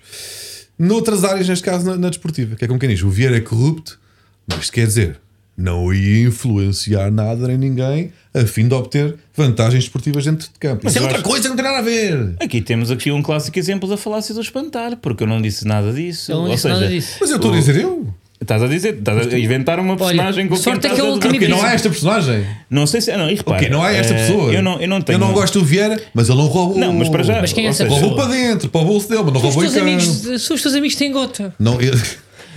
Speaker 2: noutras áreas, neste caso na, na desportiva, que é como quem diz, o Vieira é corrupto, mas isto quer dizer, não ia influenciar nada nem ninguém a fim de obter vantagens desportivas dentro de campo. Isso é
Speaker 4: eu
Speaker 2: outra
Speaker 4: acho-
Speaker 2: coisa que não tem nada a ver.
Speaker 4: Aqui temos aqui um clássico exemplo da falácia do espantar, porque eu não disse nada disso.
Speaker 3: Eu não
Speaker 4: Ou
Speaker 3: disse
Speaker 4: seja,
Speaker 3: Então, nada disso.
Speaker 2: Mas eu estou a dizer eu.
Speaker 4: Estás a dizer, estás a inventar uma personagem com quem
Speaker 3: sorte é
Speaker 4: estás
Speaker 3: que ele
Speaker 4: a-
Speaker 3: que me
Speaker 2: Porque
Speaker 3: diz-
Speaker 2: não há esta personagem.
Speaker 4: é. Não sei se. Não, e repara,
Speaker 2: Porque não há esta
Speaker 4: eh,
Speaker 2: pessoa.
Speaker 4: Eu não, eu não tenho.
Speaker 2: gosto do Vieira, mas ele não roubou.
Speaker 4: Não, mas para já.
Speaker 3: Mas quem é
Speaker 4: ou
Speaker 3: essa
Speaker 4: seja,
Speaker 2: Roubou para dentro, para o bolso dele, mas não
Speaker 3: São os
Speaker 2: roubou em
Speaker 3: teus
Speaker 2: campo.
Speaker 3: amigos, de- são os teus amigos que têm gota.
Speaker 2: Não, ele-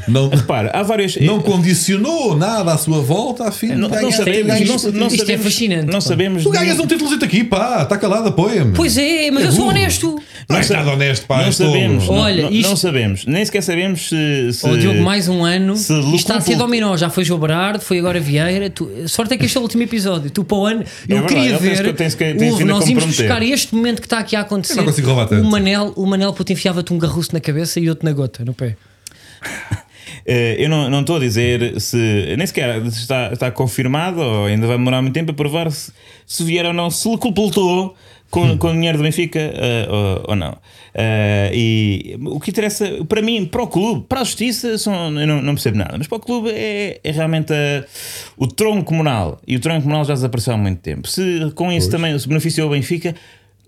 Speaker 2: não,
Speaker 4: Repara, há várias. eh,
Speaker 2: não condicionou nada à sua volta a fim de
Speaker 4: Não,
Speaker 2: ganhar.
Speaker 4: não
Speaker 3: isto é-
Speaker 4: sabemos,
Speaker 3: isto-
Speaker 4: não- não
Speaker 3: isto é
Speaker 4: sabemos-
Speaker 3: fascinante,
Speaker 4: Não
Speaker 3: pá.
Speaker 4: sabemos.
Speaker 2: Tu
Speaker 4: de-
Speaker 2: ganhas um título aqui, pá, está calado, apoia-me.
Speaker 3: Pois é, mas
Speaker 2: É
Speaker 3: eu sou
Speaker 2: burro.
Speaker 3: honesto.
Speaker 2: Não
Speaker 4: Não
Speaker 2: és
Speaker 4: sa-
Speaker 3: tá
Speaker 2: nada honesto, pá.
Speaker 4: Não
Speaker 2: és tolo.
Speaker 4: sabemos. não-
Speaker 3: um Olha,
Speaker 4: não,
Speaker 3: isto-
Speaker 4: não sabemos. Nem sequer sabemos se. se
Speaker 3: Ó Diogo, mais um ano.
Speaker 4: se
Speaker 3: Isto está a ser
Speaker 4: Lucupo-
Speaker 3: dominó. Já foi Jobrardo, foi agora Vieira. Tu- sorte é que este é o último episódio. Tu para o ano, eu
Speaker 4: É verdade,
Speaker 3: queria
Speaker 4: ele tem-
Speaker 3: ver.
Speaker 4: tem- tem- tem
Speaker 3: Houve,
Speaker 4: vindo a
Speaker 3: nós íamos
Speaker 4: comprometer.
Speaker 3: buscar este momento que está aqui a acontecer.
Speaker 2: Eu não consigo roubar tanto.
Speaker 3: O Manel, o Manel puto enfiava-te um garruço na cabeça e outro na gota, no pé.
Speaker 4: Eh, eu não não estou a dizer se. Nem sequer está, está confirmado ou ainda vai demorar muito tempo a provar se, se vier ou não, se lhe completou com, com o dinheiro do Benfica eh, ou, ou não. Eh, e o que interessa, para mim, para o clube, para a justiça, são, eu não, não percebo nada, mas para o clube é, é realmente a- o tronco moral. E o tronco moral já desapareceu há muito tempo. Se com isso também se beneficiou o Benfica.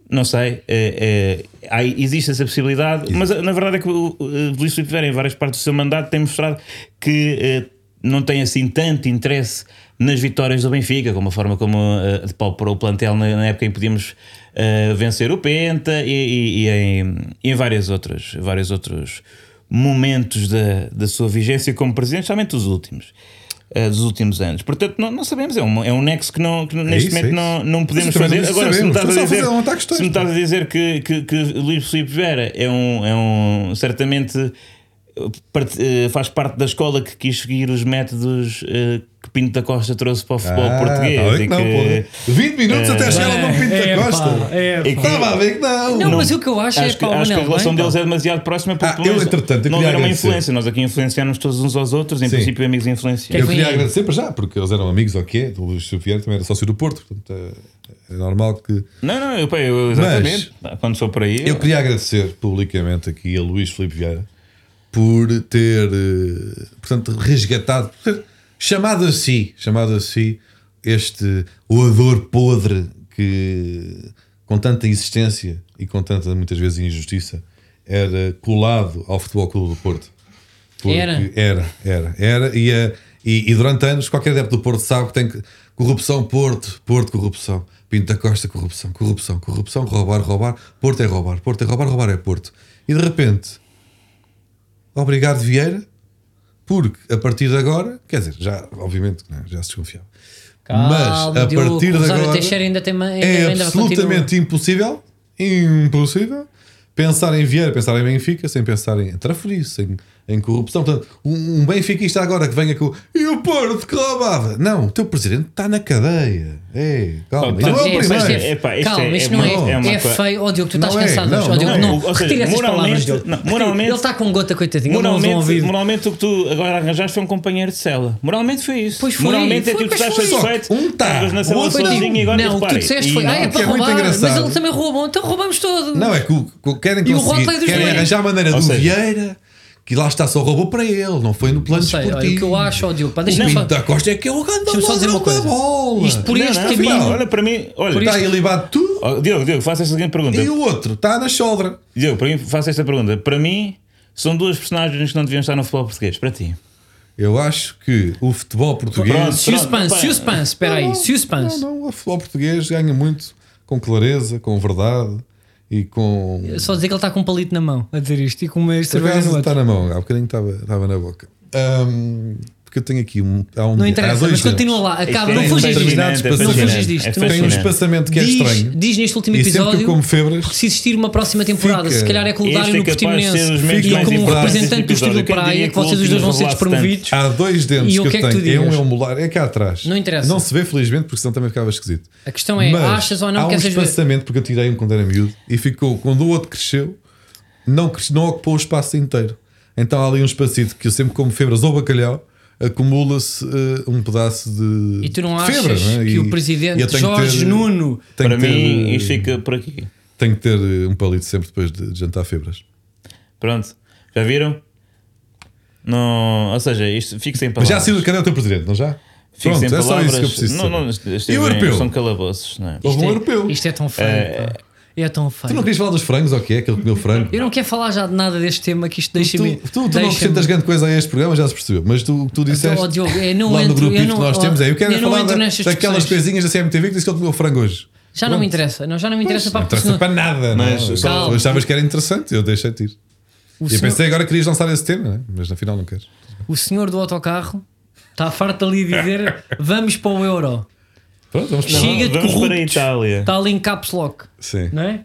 Speaker 4: Não sei, eh, eh, há- existe essa possibilidade, mas eh, na verdade é que o eh, Luís Filipe Vieira, em várias partes do seu mandato, tem mostrado que eh, não tem assim tanto interesse nas vitórias do Benfica, como a forma como eh, depauperou o plantel na, na época em que podíamos eh, vencer o Penta e, e- e em, e em várias outras, vários outros momentos da, da sua vigência como presidente, somente os últimos. eh, Dos últimos anos, portanto, não, não sabemos. É um, é um nexo que, não, que neste
Speaker 2: isso, é
Speaker 4: momento
Speaker 2: isso.
Speaker 4: não, não
Speaker 2: Mas
Speaker 4: podemos
Speaker 2: também
Speaker 4: fazer.
Speaker 2: não
Speaker 4: Agora, se me
Speaker 2: sabemos. Estamos
Speaker 4: estás a
Speaker 2: só a
Speaker 4: dizer,
Speaker 2: fazer um ataque de
Speaker 4: se me
Speaker 2: texto.
Speaker 4: estás a dizer que, que, que Luís Filipe Vera é um, é um certamente eh, parte- eh, faz parte da escola que quis seguir os métodos eh, que Pinto da Costa trouxe para o futebol
Speaker 2: Ah,
Speaker 4: português
Speaker 2: tá a ver
Speaker 4: e
Speaker 2: que não,
Speaker 4: que-
Speaker 2: porra. 20 minutos até chegar lá no Pinto
Speaker 3: É,
Speaker 2: da
Speaker 3: pá,
Speaker 2: Costa.
Speaker 3: é, pá.
Speaker 4: e que-
Speaker 2: Estava a ver que não.
Speaker 3: Não, mas o que eu acho é,
Speaker 4: acho que,
Speaker 3: pá,
Speaker 4: acho que a
Speaker 3: Manel,
Speaker 4: relação
Speaker 3: bem,
Speaker 4: deles
Speaker 3: pá.
Speaker 4: é demasiado próxima porque
Speaker 2: Ah,
Speaker 4: pelo
Speaker 2: eu,
Speaker 4: menos
Speaker 2: entretanto, eu queria
Speaker 4: não houver uma
Speaker 2: agradecer.
Speaker 4: influência. Nós aqui influenciamos todos uns aos outros, em
Speaker 2: Sim.
Speaker 4: princível princípio, amigos influenciados.
Speaker 2: Eu
Speaker 3: Quem
Speaker 2: queria
Speaker 3: vem-
Speaker 2: agradecer para já, porque eles eram amigos, ou quê? O Luís Vieira também era sócio do Porto, portanto é, é normal que.
Speaker 4: Não, não, eu, pá, eu- exatamente. Quando sou por aí, é.
Speaker 2: Eu queria agradecer publicamente aqui a Luís Filipe Vieira por ter, eh, portanto, resgatado, por ter chamado a si, chamado a si este oador podre que com tanta insistência e com tanta, muitas vezes, injustiça era colado ao Futebol Clube do Porto. Porque
Speaker 3: Era?
Speaker 2: Era, era, era. E, eh, e- e durante anos, qualquer adepto do Porto sabe que tem que. Corrupção, Porto, Porto, corrupção. Pinto da Costa, corrupção, corrupção, corrupção, roubar, roubar. Porto é roubar, Porto é roubar, roubar é Porto. E de repente, obrigado Vieira, porque a partir de agora, quer dizer, já, obviamente, que não, já se desconfiava.
Speaker 3: Calma,
Speaker 2: Mas a
Speaker 3: Diogo,
Speaker 2: partir de
Speaker 3: Rosário
Speaker 2: agora
Speaker 3: Teixeira ainda tem ma- ainda-
Speaker 2: é
Speaker 3: ainda
Speaker 2: absolutamente impossível, impossível pensar em Vieira, pensar em Benfica, sem pensar em trafurice, sem em corrupção. Portanto, um, um benfiquista agora que venha com e o Porto que roubava. Não, o teu presidente está na cadeia. É,
Speaker 4: Pá,
Speaker 2: calma,
Speaker 4: portanto,
Speaker 2: não é o
Speaker 4: é,
Speaker 2: primeiro.
Speaker 4: mas
Speaker 3: Steve,
Speaker 4: é, pá, isto
Speaker 3: calma,
Speaker 4: é-
Speaker 3: isto
Speaker 4: é
Speaker 3: não
Speaker 2: uma-
Speaker 3: é,
Speaker 4: é uma
Speaker 3: é
Speaker 4: coisa-
Speaker 3: feio. Ó Diogo, tu estás
Speaker 2: Não é,
Speaker 3: cansado.
Speaker 2: não,
Speaker 3: hoje. Ó
Speaker 2: não
Speaker 3: Diogo,
Speaker 2: é.
Speaker 3: não,
Speaker 4: Ou seja,
Speaker 3: retira essas palavras,
Speaker 4: moralmente-
Speaker 3: Diogo.
Speaker 4: não,
Speaker 3: Retira.
Speaker 4: moralmente-
Speaker 3: Ele está com gota, coitadinho. Ele não ouve um
Speaker 4: Moralmente,
Speaker 3: ouvido.
Speaker 4: moralmente, o que tu agora arranjaste foi um companheiro de cela. Moralmente foi isso.
Speaker 3: Pois foi,
Speaker 4: moralmente
Speaker 3: foi,
Speaker 4: é tipo,
Speaker 3: pois
Speaker 4: estás
Speaker 3: foi.
Speaker 4: satisfeito.
Speaker 2: Só que um tá,
Speaker 4: estavas na
Speaker 2: o
Speaker 4: cela
Speaker 2: outro
Speaker 3: Pois
Speaker 4: sozinho
Speaker 3: não,
Speaker 4: e agora
Speaker 3: não, o que tu
Speaker 4: repare,
Speaker 3: disseste
Speaker 4: e
Speaker 3: foi, ah,
Speaker 4: não-
Speaker 3: é para
Speaker 2: é muito
Speaker 3: roubar, mas
Speaker 2: engraçado.
Speaker 3: ele também roubou, então roubamos todos.
Speaker 2: Não, é que o- o- querem
Speaker 3: E o
Speaker 2: conseguir,
Speaker 3: Rotley dos
Speaker 2: querem
Speaker 3: dois.
Speaker 2: arranjar a maneira
Speaker 4: Ou
Speaker 2: do
Speaker 4: seja-
Speaker 2: Vieira, que lá está só roubou para ele, não foi no plano
Speaker 3: Não sei, olha, o que
Speaker 2: desportivo.
Speaker 3: eu acho, ó Diogo, pá, deixa-me
Speaker 2: Pinto
Speaker 3: só.
Speaker 2: da Costa é que é o grande
Speaker 3: Deixa-me só dizer
Speaker 2: ladrão
Speaker 3: uma coisa.
Speaker 2: da bola.
Speaker 3: Isto por
Speaker 4: Não,
Speaker 3: este
Speaker 4: não,
Speaker 3: caminho.
Speaker 4: afinal, Olha para mim, olha.
Speaker 2: Está ilibado tu
Speaker 4: Oh, Diogo, Diogo, faço esta seguinte pergunta.
Speaker 2: e o outro está na chodra.
Speaker 4: Diogo, para mim, faço esta pergunta. Para mim, são duas personagens que não deviam estar no futebol português. Para ti.
Speaker 2: Eu acho que o futebol português.
Speaker 4: Pronto.
Speaker 3: Suspense,
Speaker 4: pá.
Speaker 3: suspense, espera aí,
Speaker 2: Não,
Speaker 3: suspense.
Speaker 2: não, o futebol português ganha muito com clareza, com verdade e com.
Speaker 3: Só dizer que ele está com um palito na mão a dizer isto e com uma
Speaker 2: Por
Speaker 3: cerveja
Speaker 2: acaso
Speaker 3: no
Speaker 2: está
Speaker 3: outro.
Speaker 2: na mão, há bocadinho estava, estava na boca. Ahm, porque eu tenho aqui um. Há, um,
Speaker 3: Não
Speaker 2: há
Speaker 3: interessa,
Speaker 2: dois
Speaker 3: mas continua
Speaker 2: tempos.
Speaker 3: lá. Acaba,
Speaker 4: É
Speaker 3: não fujas disto.
Speaker 2: fascinante, é
Speaker 3: Não fujas
Speaker 2: fascinante,
Speaker 3: disto.
Speaker 4: é
Speaker 3: não
Speaker 2: Tem um
Speaker 4: fascinante.
Speaker 2: espaçamento que é
Speaker 3: diz,
Speaker 2: estranho.
Speaker 3: diz neste último
Speaker 2: E sempre
Speaker 3: episódio
Speaker 2: que eu como febres.
Speaker 3: porque se existir uma próxima temporada,
Speaker 2: Fica.
Speaker 3: se calhar é com o
Speaker 4: Este
Speaker 3: Dário
Speaker 4: é
Speaker 3: no
Speaker 4: capaz de ser
Speaker 3: Portimonense
Speaker 4: os menos
Speaker 3: e eu
Speaker 2: mais
Speaker 3: como
Speaker 2: importantes
Speaker 3: representante do
Speaker 4: desse
Speaker 3: Estúdio
Speaker 4: episódio. Quem
Speaker 3: Praia,
Speaker 4: diria
Speaker 3: que vocês
Speaker 4: que
Speaker 3: os dois vão ser
Speaker 4: revelaste tanto?
Speaker 3: despromovidos.
Speaker 2: Há dois dentes
Speaker 3: E
Speaker 2: que,
Speaker 3: o que é
Speaker 2: eu
Speaker 3: que tu
Speaker 2: tenho. É um
Speaker 3: dizes?
Speaker 2: é um molar, é cá atrás.
Speaker 3: Não interessa.
Speaker 2: Não se vê, felizmente, porque senão também ficava esquisito.
Speaker 3: A questão é,
Speaker 2: Mas
Speaker 3: achas ou
Speaker 2: há
Speaker 3: não
Speaker 2: um
Speaker 3: que essas vezes...
Speaker 2: espaçamento, porque eu tirei um quando era miúdo e ficou, quando o outro cresceu, não, cres- não ocupou o espaço inteiro. Então há ali um espacito que eu sempre como febras ou bacalhau, acumula-se eh, um pedaço de.
Speaker 3: E tu não achas
Speaker 2: febra, não é?
Speaker 3: que
Speaker 2: E-
Speaker 3: o
Speaker 2: e
Speaker 3: presidente
Speaker 2: eu tenho que
Speaker 3: Jorge
Speaker 2: ter-
Speaker 3: Nuno...
Speaker 2: tenho
Speaker 4: Para
Speaker 2: que ter,
Speaker 4: mim,
Speaker 2: eh,
Speaker 4: isto fica por aqui.
Speaker 2: Tenho que ter eh, um palito sempre depois de de jantar febras.
Speaker 4: Pronto. Já viram? Não, ou seja, isto fica sem
Speaker 2: Mas
Speaker 4: palavras.
Speaker 2: já saiu cadê o teu presidente, não já?
Speaker 4: Fico
Speaker 2: Pronto,
Speaker 4: sem
Speaker 2: é só
Speaker 4: palavras.
Speaker 2: isso que eu preciso.
Speaker 4: Não, não,
Speaker 2: saber.
Speaker 4: isto- isto
Speaker 2: e o
Speaker 4: é-
Speaker 2: europeu?
Speaker 4: São calabouços, não é?
Speaker 2: Houve um
Speaker 3: Isto é-
Speaker 2: europeu.
Speaker 3: Isto é tão feio,
Speaker 4: É.
Speaker 3: pá. É tão
Speaker 2: Tu não
Speaker 3: feio.
Speaker 2: querias falar dos frangos ou o que é? Aquele que comeu frango?
Speaker 3: Eu não quero falar já de nada deste tema, que isto deixa-me...
Speaker 2: Tu, tu, tu não
Speaker 3: deixa-me-
Speaker 2: acrescentas grande coisa a este programa, já se percebeu. Mas tu, o que tu disseste
Speaker 3: Oh, Diogo, eu não
Speaker 2: lá no
Speaker 3: entro-
Speaker 2: grupinho
Speaker 3: eu não-
Speaker 2: que nós temos é eu quero
Speaker 3: eu não
Speaker 2: falar
Speaker 3: entro
Speaker 2: da-
Speaker 3: nestas
Speaker 2: daquelas
Speaker 3: discussões.
Speaker 2: coisinhas da CMTV que disse que ele comeu frango hoje.
Speaker 3: Já não me interessa. Não, já não me interessa, pá,
Speaker 2: Não
Speaker 3: porque
Speaker 2: interessa
Speaker 3: senão...
Speaker 2: para nada.
Speaker 4: Mas-
Speaker 2: não.
Speaker 4: Calma.
Speaker 2: Eu achavas que era interessante, eu deixei-te ir.
Speaker 3: o
Speaker 2: E eu
Speaker 3: senhor-
Speaker 2: pensei agora que querias lançar esse tema, né? mas na final não queres.
Speaker 3: O senhor do autocarro está farto ali de dizer vamos para o euro.
Speaker 2: Pronto, vamos para
Speaker 4: Não,
Speaker 2: lá.
Speaker 3: Chega de
Speaker 4: vamos para a
Speaker 3: corruptos.
Speaker 4: Itália.
Speaker 3: Está ali em caps lock,
Speaker 2: Sim.
Speaker 3: não é?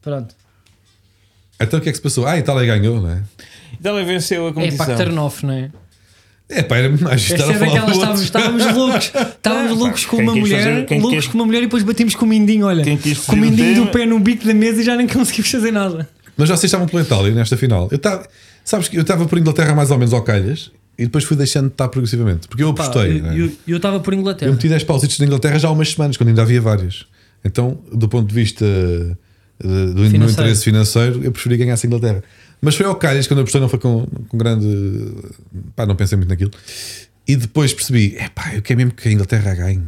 Speaker 3: Pronto.
Speaker 2: Então o que é que se passou? Ah, a Itália ganhou, não é?
Speaker 4: Itália venceu a
Speaker 3: É pá,
Speaker 4: competição.
Speaker 3: que turn off, não é?
Speaker 2: É pá, era muito mais estar
Speaker 3: Esta
Speaker 2: a
Speaker 3: é
Speaker 2: falar
Speaker 3: daquelas,
Speaker 2: do
Speaker 3: estávamos,
Speaker 2: outro.
Speaker 3: estávamos loucos. Estávamos loucos com
Speaker 4: quem
Speaker 3: uma
Speaker 4: quis
Speaker 3: mulher,
Speaker 4: fazer- quem
Speaker 3: loucos
Speaker 4: quis-
Speaker 3: com uma mulher e depois batemos com o mindinho, olha.
Speaker 4: Quem quis
Speaker 3: Com o
Speaker 4: fazer o
Speaker 3: mindinho
Speaker 4: tema-
Speaker 3: do pé no bico da mesa e já nem conseguimos fazer nada.
Speaker 2: Mas vocês estavam pela Itália nesta final. Eu estava, sabes que eu estava por Inglaterra mais ou menos ao calhas e depois fui deixando de estar progressivamente, porque eu
Speaker 3: Pá,
Speaker 2: apostei.
Speaker 3: eu-
Speaker 2: não é?
Speaker 3: eu- eu estava por
Speaker 2: Eu
Speaker 3: Inglaterra.
Speaker 2: meti 10 pausitos na Inglaterra já há umas semanas, quando ainda havia várias. Então, do ponto de vista eh, do do meu
Speaker 3: Financeiro.
Speaker 2: interesse financeiro, eu preferi ganhar essa Inglaterra. Mas foi ao Calhas, quando eu apostei, não foi com, com grande. pá, não pensei muito naquilo. E depois percebi, é pá, eu quero mesmo que a Inglaterra ganhe.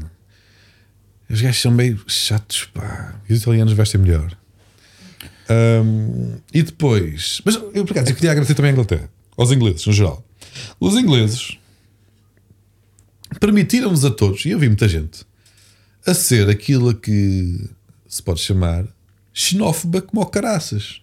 Speaker 2: Os gajos são meio chatos, pá. E os italianos vestem melhor. Ahm, e depois. Mas eu, por acaso, eu queria agradecer também à Inglaterra, aos ingleses, no geral. Os ingleses permitiram-nos a todos, e eu vi muita gente, a ser aquilo a que se pode chamar xenófoba como o caraças.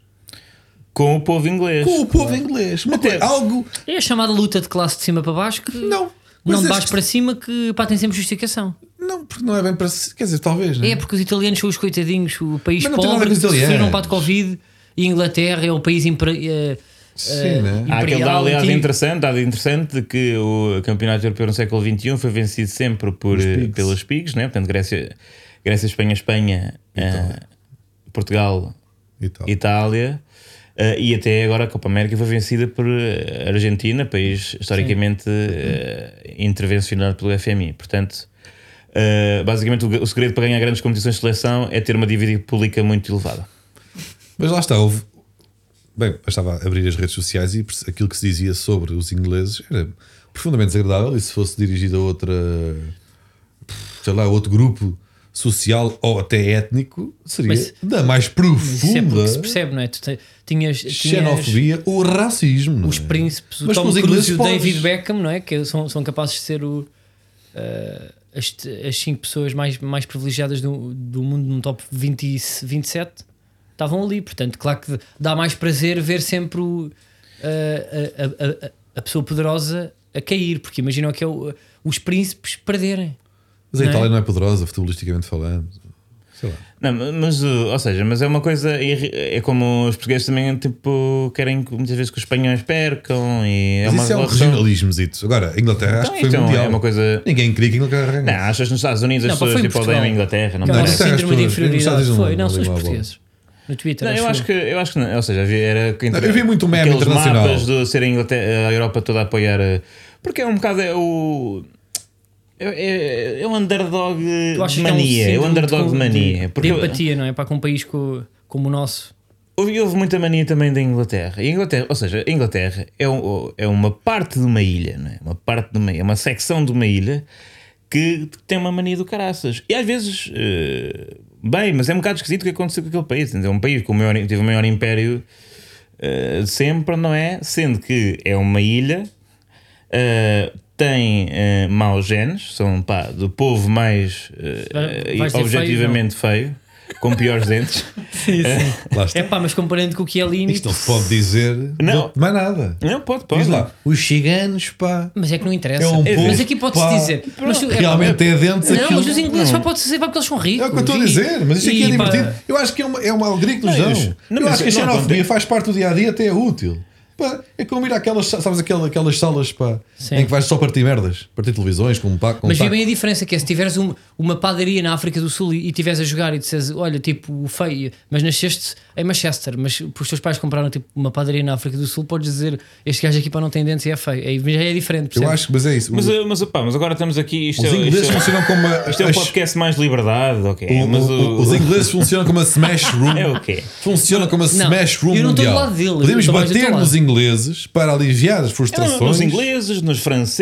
Speaker 4: Com o povo inglês.
Speaker 2: Com o povo inglês. Uma
Speaker 4: Até-
Speaker 2: coisa, algo.
Speaker 3: É a chamada luta de classe de cima para baixo que
Speaker 2: Não.
Speaker 3: não
Speaker 2: mas
Speaker 3: de
Speaker 2: é-
Speaker 3: baixo para cima que pá, tem sempre justificação.
Speaker 2: Não, porque não é bem para. si- Quer dizer, talvez, né?
Speaker 3: É porque os italianos são os coitadinhos, o país
Speaker 2: Mas não tem nada a ver com
Speaker 3: pobre que
Speaker 2: os
Speaker 3: sofreram
Speaker 2: italianos.
Speaker 3: um pato de Covid e a Inglaterra é o país impre- eh,
Speaker 2: Sim, né?
Speaker 4: Há aquele
Speaker 3: imperial,
Speaker 4: dado, aliás,
Speaker 3: antigo.
Speaker 4: interessante, dado interessante de que o campeonato europeu no século XXI foi vencido sempre por, eh,
Speaker 2: pigs.
Speaker 4: pelas PIGs, né? portanto, Grécia, Grécia Espanha, Espanha, eh, Portugal,
Speaker 2: E tal.
Speaker 4: Itália. eh, e até agora a Copa América foi vencida por eh, Argentina, país historicamente eh, intervencionado pelo FMI. Portanto, eh, basicamente, o, o segredo para ganhar grandes competições de seleção é ter uma dívida pública muito elevada.
Speaker 2: Mas lá está, houve. Bem, eu estava a abrir as redes sociais e perce- aquilo que se dizia sobre os ingleses era profundamente desagradável e se fosse dirigido a outra. sei lá, a outro grupo social ou até étnico, seria
Speaker 3: Mas-
Speaker 2: da mais
Speaker 3: Isso é
Speaker 2: profunda
Speaker 3: porque se percebe, não é? Tu te- tinhas, tinhas
Speaker 2: xenofobia ou racismo. não
Speaker 3: os
Speaker 2: é?
Speaker 3: príncipes, o
Speaker 2: Mas com
Speaker 3: Tom
Speaker 2: os
Speaker 3: Cruise
Speaker 2: ingleses
Speaker 3: e o
Speaker 2: podes-
Speaker 3: David Beckham, não é? Que são, são capazes de ser o, eh, as, te- as cinco pessoas mais, mais privilegiadas do, do mundo no top 20, e se- 27 estavam ali. Portanto, claro que dá mais prazer ver sempre o, eh, a, a- a- a pessoa poderosa a cair, porque imaginam que é o- os príncipes perderem.
Speaker 2: Mas a
Speaker 3: não é?
Speaker 2: Itália não é poderosa, futebolisticamente falando. Sei lá.
Speaker 4: Não, mas, uh, ou seja, mas é uma coisa. irri- É como os portugueses também tipo, querem que- muitas vezes que os espanhóis percam e é
Speaker 2: Mas
Speaker 4: uma
Speaker 2: isso é um
Speaker 4: relação-
Speaker 2: regionalismozito. Agora, a Inglaterra acho que foi
Speaker 4: Então, então,
Speaker 2: mundial.
Speaker 4: é uma coisa.
Speaker 2: Ninguém queria que a Inglaterra
Speaker 4: Não,
Speaker 2: ganhasse.
Speaker 4: achas que nos Estados Unidos
Speaker 3: Não,
Speaker 4: as
Speaker 3: pá,
Speaker 4: pessoas
Speaker 3: foi em
Speaker 4: tipo, odeiam a
Speaker 3: Portugal.
Speaker 4: Inglaterra? Não,
Speaker 3: Não, é-
Speaker 2: não
Speaker 4: parece?
Speaker 2: sei,
Speaker 3: síndrome de
Speaker 2: as pessoas-
Speaker 3: inferioridade.
Speaker 2: os Estados
Speaker 3: Foi,
Speaker 2: não-
Speaker 3: não, são
Speaker 2: não
Speaker 3: os
Speaker 2: ligam à bola.
Speaker 3: portugueses. No Twitter.
Speaker 4: Não, eu acho que eu acho que não. Ou seja, havia- era que
Speaker 2: eu vi muito um meme
Speaker 4: aqueles
Speaker 2: internacional.
Speaker 4: mapas de ser a, Inglaterra, a Europa toda a apoiar. eh, Porque é um bocado é o é, é, é um underdog eh,
Speaker 3: Tu achas
Speaker 4: de
Speaker 3: que é um
Speaker 4: mania, é um
Speaker 3: síndrome
Speaker 4: underdog
Speaker 3: de-
Speaker 4: de mania.
Speaker 3: De
Speaker 4: Porque
Speaker 3: empatia, não é? Para com um país co- como o nosso.
Speaker 4: houve, houve muita mania também da Inglaterra. E a Inglaterra, ou seja, a Inglaterra é, um- é uma parte de uma ilha, não é? Uma parte de uma ilha, uma secção de uma ilha que tem uma mania do caraças. E às vezes, eh, bem, mas é um bocado esquisito o que aconteceu com aquele país. É um país que o maior, teve o maior império eh, de sempre, não é? Sendo que é uma ilha, eh, tem eh, maus genes, são pá, do povo mais eh,
Speaker 3: Vai- vai ser feio,
Speaker 4: objetivamente feio. com piores dentes.
Speaker 3: Sim, sim.
Speaker 2: Lá está.
Speaker 3: É pá, mas comparando com o Chiellini.
Speaker 2: Isto é um não se pode dizer
Speaker 4: Não.
Speaker 2: mais nada.
Speaker 4: Não, pode, pode.
Speaker 2: Diz lá, os ciganos, pá.
Speaker 3: Mas é que não interessa.
Speaker 2: É um
Speaker 3: mas
Speaker 2: pouco,
Speaker 3: aqui pode-se
Speaker 2: pá,
Speaker 3: dizer. Mas, tu- é pá,
Speaker 2: Realmente é dentes
Speaker 3: Não,
Speaker 2: aquilo.
Speaker 3: mas os ingleses só pode-se dizer pá, porque eles são
Speaker 2: É
Speaker 3: ricos.
Speaker 2: o que eu estou a
Speaker 3: e-
Speaker 2: dizer, mas isto aqui é
Speaker 3: e, pá,
Speaker 2: divertido. Eu acho que é uma, é uma alegria que nos
Speaker 4: Não,
Speaker 2: dão.
Speaker 4: isso- não,
Speaker 2: eu
Speaker 4: mas
Speaker 2: acho que a
Speaker 4: isso não
Speaker 2: xenofobia
Speaker 4: acontece.
Speaker 2: faz parte do dia a dia, até é útil. Pá, é como ir àquelas, sa- sabes, aquelas, aquelas salas pá,
Speaker 3: Sim.
Speaker 2: em que vais só partir merdas, partir televisões, com um paco, com um
Speaker 3: Mas vê
Speaker 2: taco.
Speaker 3: bem a diferença que é se tiveres um- uma padaria na África do Sul e estiveres a jogar e disseres, olha, tipo, feio, mas nasceste em Manchester, mas os teus pais compraram tipo, uma padaria na África do Sul, podes dizer, este gajo aqui para não tem dentes e é feio. Aí já é diferente.
Speaker 2: Eu
Speaker 3: percebes?
Speaker 2: acho que, mas é isso.
Speaker 4: Mas,
Speaker 2: O-
Speaker 4: eh, mas, opá, mas agora estamos aqui. Isto
Speaker 2: os
Speaker 4: é,
Speaker 2: ingleses
Speaker 4: isto é-
Speaker 2: funcionam como uma.
Speaker 4: isto é um
Speaker 2: as-
Speaker 4: podcast mais liberdade, ok.
Speaker 2: o-
Speaker 4: mas
Speaker 2: o-
Speaker 4: o-
Speaker 2: os ingleses funcionam como a smash room.
Speaker 4: É o quê?
Speaker 2: Funciona como a smash room
Speaker 3: eu não estou do
Speaker 2: mundial.
Speaker 3: lado dele, eu
Speaker 2: Podemos
Speaker 3: estou mais do
Speaker 2: bater
Speaker 3: teu
Speaker 2: nos
Speaker 3: lado.
Speaker 2: ingleses para aliviar as
Speaker 4: É, não,
Speaker 2: frustrações.
Speaker 4: nos ingleses, nos